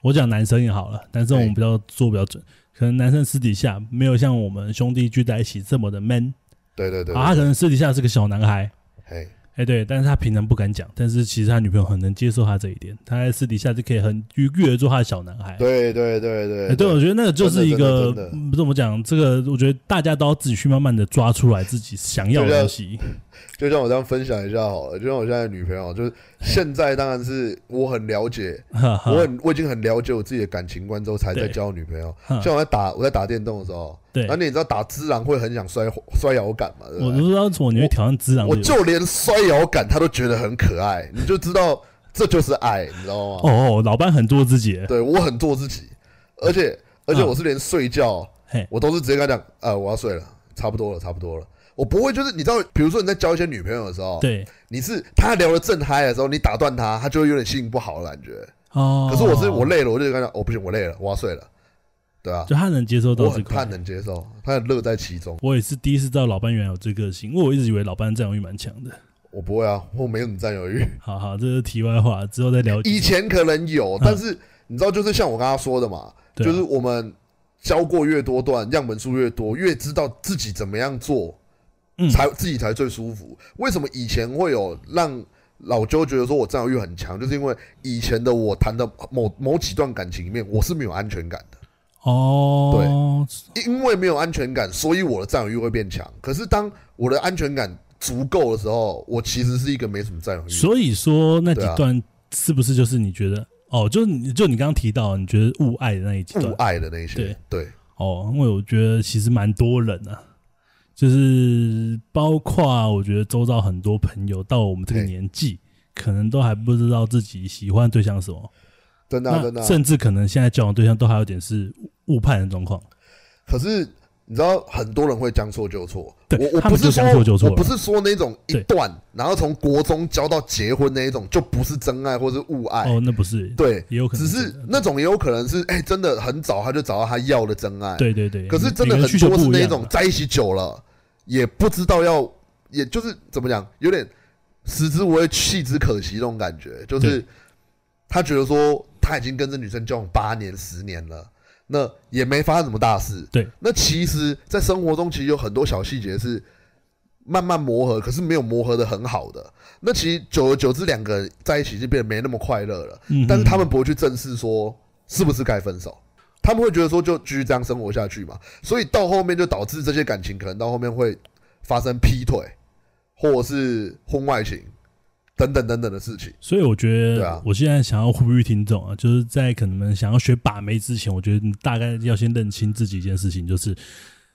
A: 我讲男生也好了，男生我们
B: 哎
A: 比较做比较准，可能男生私底下没有像我们兄弟聚在一起这么的 man
B: 对对对，
A: 啊，他可能私底下是个小男孩，
B: 哎，
A: 哎对，但是他平常不敢讲，但是其实他女朋友很能接受他这一点，他在私底下就可以很愉悦地做他的小男孩。
B: 对对对对
A: 哎，对，我觉得那个就是一个
B: 真的真的真的
A: 嗯怎么讲？这个我觉得大家都要自己去慢慢的抓出来自己想要
B: 就
A: 的
B: 是
A: 东西。
B: 就像我这样分享一下好了，就像我现在的女朋友，就是现在当然是我很了解，
A: 哈
B: 我
A: 哈，
B: 很我已经很了解我自己的感情观之后才在
A: 啊对
B: 交女朋友
A: 嗯。
B: 像我在打我在打电动的时候，
A: 对
B: 然后，你也知道打自然会很想摔摔摇杆嘛，对不
A: 我
B: 对？
A: 都知道从你会挑战滋壤
B: 我
A: 这个。
B: 就连摔摇杆他都觉得很可爱，你就知道这就是爱，你知道吗？
A: 哦哦，老班很做自己耶，
B: 对我很做自己，而且而且
A: 嗯
B: 我是连睡觉
A: 嘿，
B: 我都是直接跟他讲，呃，我要睡了，差不多了，差不多了。我不会就是你知道，比如说你在交一些女朋友的时候，
A: 对
B: 你是他聊得正嗨的时候，你打断他，他就会有点心情不好的感觉。
A: 哦。
B: 可是我是我，累了，我就跟他讲，哦，不行，我累了，我要睡了，对啊，
A: 就他能接受到
B: 我
A: 这
B: 很
A: 块
B: 看。能接受，他很乐在其中。
A: 我也是第一次知道老班原来有这个性，因为我一直以为老班占有欲蛮强的。
B: 我不会啊，我没有你占有欲。
A: 好好，这是题外话，之后再聊。
B: 以前可能有，但是你知道，就是像我刚刚说的嘛，
A: 对啊
B: 就是我们教过越多段，样本数越多，越知道自己怎么样做，
A: 嗯
B: 才自己才最舒服。为什么以前会有让老周觉得说我占有欲很强，就是因为以前的我谈的某某几段感情里面，我是没有安全感的，
A: 哦，
B: 因为没有安全感，所以我的占有欲会变强。可是当我的安全感足够的时候，我其实是一个没什么占有欲的人。
A: 所以说那几
B: 对啊
A: 段是不是就是你觉得哦，就是你就你刚刚提到你觉得误爱的那一几
B: 父
A: 段
B: 爱的那些
A: 对，
B: 对，
A: 哦，因为我觉得其实蛮多人啊，就是包括我觉得周遭很多朋友到我们这个
B: 嘿
A: 年纪，可能都还不知道自己喜欢对象是什么，
B: 真的啊真
A: 那
B: 的啊。
A: 甚至可能现在交往对象都还有点是误判的状况。
B: 可是你知道，很多人会将错就错。
A: 对
B: 我我
A: 他
B: 不
A: 们
B: 是
A: 就
B: 说
A: 将错就错
B: 我不是说那种一
A: 对
B: 段，然后从国中交到结婚那一种，就不是真爱或是误爱。
A: 哦，那不是，
B: 对，
A: 也有可能
B: 只是那种也有可能是，哎、真的很早他就找到他要的真爱。，
A: 对对对。
B: 可是真的
A: 每个人
B: 很
A: 需求
B: 多是
A: 不一
B: 那
A: 样
B: 种
A: 啊
B: 在一起久了，也不知道要，也就是怎么讲，有点食之无味，弃之可惜那种感觉。就是他觉得说他已经跟这女生交往八年、十年了，那也没发生什么大事。
A: 对，
B: 那其实，在生活中其实有很多小细节是慢慢磨合，可是没有磨合的很好的。那其实久而久之，两个人在一起就变得没那么快乐了。
A: 嗯哼
B: 但是他们不会去正视说是不是该分手，他们会觉得说就继续这样生活下去嘛。所以到后面就导致这些感情可能到后面会发生劈腿，或者是婚外情等等等等的事情。
A: 所以我觉
B: 对
A: 得
B: 啊，
A: 我现在想要呼吁听众啊，就是在可能想要学把妹之前，我觉得你大概要先认清自己一件事情，就是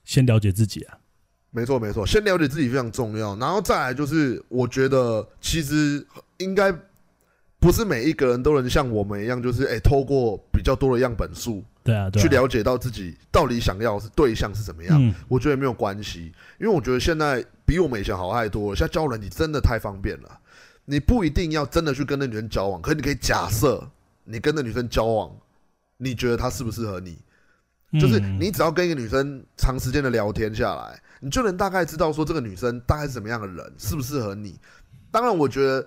A: 先了解自己啊。
B: 没错，没错，先了解自己非常重要，然后再来就是，我觉得其实应该不是每一个人都能像我们一样，就是哎、透过比较多的样本数
A: 对啊，对啊。
B: 去了解啊到自己到底想要是对象是怎么样。
A: 嗯，
B: 我觉得没有关系，因为我觉得现在比我们以前好太多了。现在交友软体真的太方便了，你不一定要真的去跟那女生交往，可是你可以假设你跟那女生交往，你觉得她适不适合你，就是
A: 嗯
B: 你只要跟一个女生长时间的聊天下来，你就能大概知道说这个女生大概是什么样的人，适不适合你。当然，我觉得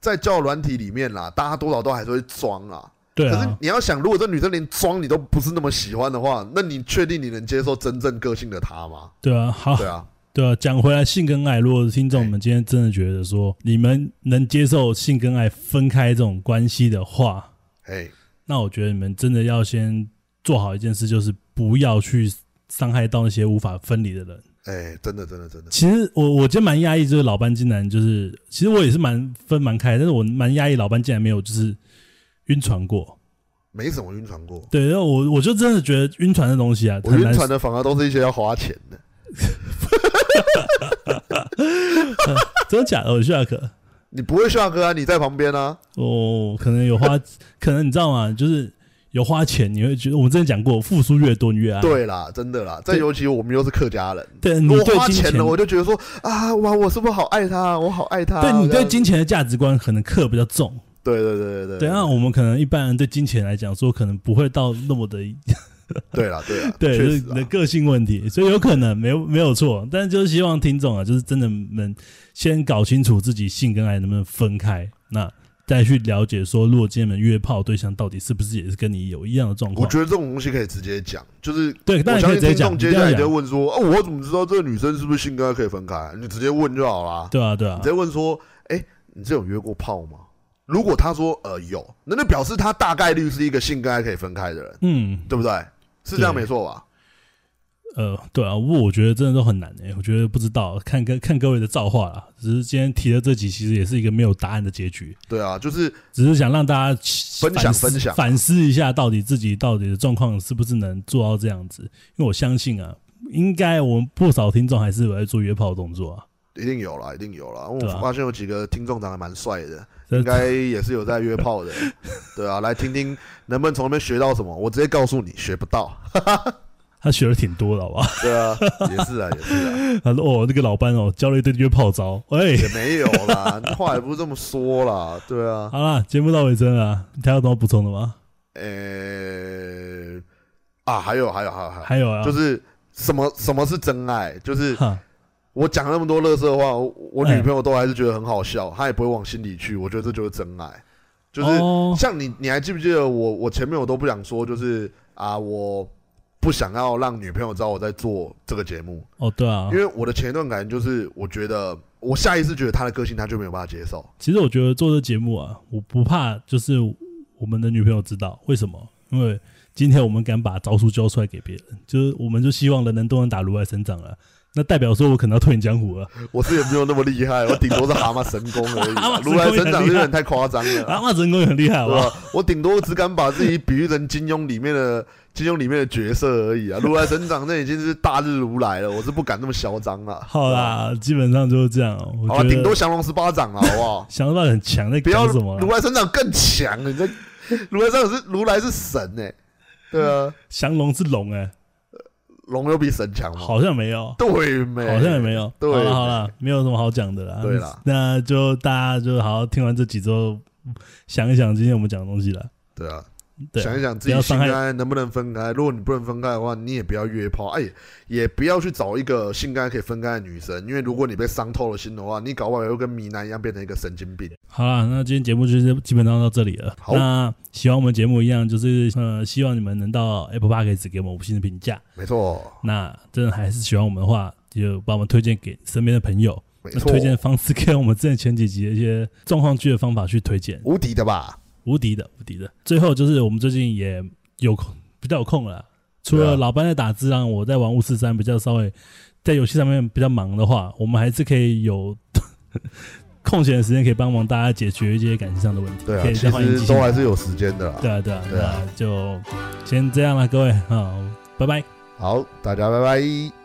B: 在交友软体里面啦，大家多少都还是会装啦。
A: 对
B: 可是
A: 啊，
B: 你要想，如果这女生连装你都不是那么喜欢的话，那你确定你能接受真正个性的她吗？
A: 对啊，好，
B: 对啊，
A: 对啊。讲回来，性跟爱，如果听众们今天真的觉得说你们能接受性跟爱分开这种关系的话，
B: 哎，
A: 那我觉得你们真的要先做好一件事，就是不要去伤害到那些无法分离的人。
B: 哎，真的，真的，真的，
A: 其实我我今天蛮压抑，就是老班竟然就是，其实我也是蛮分蛮开，但是我蛮压抑老班竟然没有就是晕船过。
B: 没什么晕船过。
A: 对，然后我我就真的觉得晕船的东西啊，
B: 我
A: 很难
B: 晕船的反而都是一些要花钱的。
A: 真的哦假的？我下课
B: 你不会下课啊？你在旁边啊？
A: 哦，可能有花，可能你知道吗？就是有花钱，你会觉得我们之前讲过，付出越多你越爱。
B: 哎对啦，真的啦。再
A: 对
B: 尤其我们又是客家人，
A: 对，你
B: 我
A: 对
B: 花
A: 金
B: 钱
A: 钱
B: 了，我就觉得说啊，哇，我是不是好爱他啊？我好爱他啊。
A: 对你
B: 这
A: 对
B: 样
A: 金钱的价值观可能刻比较重。
B: 对对对对
A: 对，那我们可能一般人对金钱来讲说，可能不会到那么的
B: 对啦对啦，
A: 对，就
B: 确
A: 是
B: 实啊
A: 你的
B: 啦。
A: 个性问题，所以有可能没有没有错，但就是希望听众啊，就是真的能先搞清楚自己性跟爱能不能分开，那再去了解说，如果今天你们约炮对象到底是不是也是跟你有一样的状
B: 我
A: 况？
B: 觉得这种东西可以直接讲，就是
A: 对，当然
B: 我相
A: 可以
B: 信
A: 直接
B: 听
A: 讲，
B: 众
A: 一
B: 接
A: 定
B: 下
A: 要
B: 来就
A: 讲，
B: 会问说，哦，我怎么知道这个女生是不是性格可以分开？你直接问就好啦。
A: 对啊，对啊
B: 你直，接问说，哎，你这有约过炮吗？如果他说呃有，那就表示他大概率是一个性格还可以分开的人，
A: 嗯，
B: 对不对？是这样
A: 对
B: 没错吧？
A: 呃，对啊，不过我觉得真的都很难诶、我觉得不知道，看各看各位的造化啦。只是今天提的这集，其实也是一个没有答案的结局，
B: 对啊，就是
A: 只是想让大家
B: 分享
A: 反思
B: 分享
A: 反思一下，到底自己到底的状况是不是能做到这样子？因为我相信啊，应该我们不少听众还是有在做约炮的动作啊。
B: 一定有啦，一定有啦。因为
A: 对
B: 我
A: 啊
B: 发现有几个听众长得蛮帅的，
A: 这
B: 应该也是有在约 炮的，对啊，来听听能不能从那边学到什么。我直接告诉你，学不到。
A: 他学的挺多的，好 吧？
B: 对啊， 也是啊，也是啊，
A: 他说：“哦，那个老班哦，教了一堆约炮招。哎喂，
B: 也没有 啦，话也不是这么说啦，对啊，
A: 好啦，节目到尾声了，啊你还有什么补充的吗？
B: 呃，啊，还有还有还有还
A: 还有啊，
B: 有，就是什么什么是真爱？ 就是
A: 哈，
B: 我讲那么多乐色话，我我
A: 哎
B: 女朋友都还是觉得很好笑，她也不会往心里去。我觉得这就是真爱，就是
A: 哦
B: 像你，你还记不记得我？我前面我都不想说，就是啊，我不想要让女朋友知道我在做这个节目，
A: 哦，对啊
B: 因，为我的前一段感情就是，我觉得我下意识觉得她的个性，她就没有办法接受。
A: 其实我觉得做这节目啊，我不怕，就是我们的女朋友知道为什么？因为今天我们敢把招数交出来给别人，就是我们就希望人人都能打如来神掌了。那代表说我可能要退隐江 湖了。
B: 我自己也没有那么厉害，我顶多是蛤蟆神功而
A: 蛤
B: 已。
A: 蟆神
B: 如
A: 功
B: 来
A: 也很厉害哦
B: 神掌这有点太夸张了。
A: 阿妈真功也很厉害，好
B: 对
A: 不好？
B: 吧？我顶多只敢把自己比喻成金庸里面的金庸里面的角色而已啊！如来神掌那已经是大日如来了，我是不敢那么嚣张了。
A: 好啦，基本上就是这样。我
B: 好了，
A: 觉
B: 顶多
A: 得？
B: 降龙十八掌了，啊好不好
A: 想法很强，在
B: 不要
A: 讲什么啦啊
B: 如？来神掌更强，你这 如来神掌是如来是神哎、对啊，
A: 降龙是龙哎，
B: 龙有比神强吗？
A: 好像没有。
B: 对没？
A: 好像也没有。
B: 对
A: 好了好了，没有什么好讲的啦。
B: 对啦
A: 那就大家就好好听完这几周，想一想今天我们讲的东西了。
B: 对啊，
A: 对啊，
B: 想一想
A: 不
B: 自己
A: 要伤
B: 性
A: 害
B: 爱能不能分开。如果你不能分开的话，你也不要约炮，哎，也不要去找一个性爱可以分开的女生，因为如果你被伤透了心的话，你搞不好又跟迷男一样变成一个神经病。
A: 好了，那今天节目就是基本上到这里了。
B: 好
A: 那喜欢我们节目一样，就是呃，希望你们能到 Apple Podcast 给我们五星的评价。
B: 没错，
A: 那真的还是喜欢我们的话，就把我们推荐给身边的朋友。
B: 没
A: 那
B: 错，
A: 推荐的方式 跟我们之前前几集的一些状况剧的方法去推荐。
B: 无敌的吧？
A: 无敌的，无敌的。最后就是我们最近也有空， 比较有空了啦。除
B: 对啊
A: 了老班在打字让我在玩巫师三比较稍微在游戏上面比较忙的话，我们还是可以有 空闲的时间可以帮忙大家解决一些感情上的问题。
B: 对啊，
A: 可以
B: 其
A: 再欢迎
B: 实
A: 继
B: 都
A: 续。
B: 还是有时间的啦。
A: 对啊，对啊，
B: 对啊
A: 那就先这样了，各位，好，拜拜。
B: 好，大家拜拜。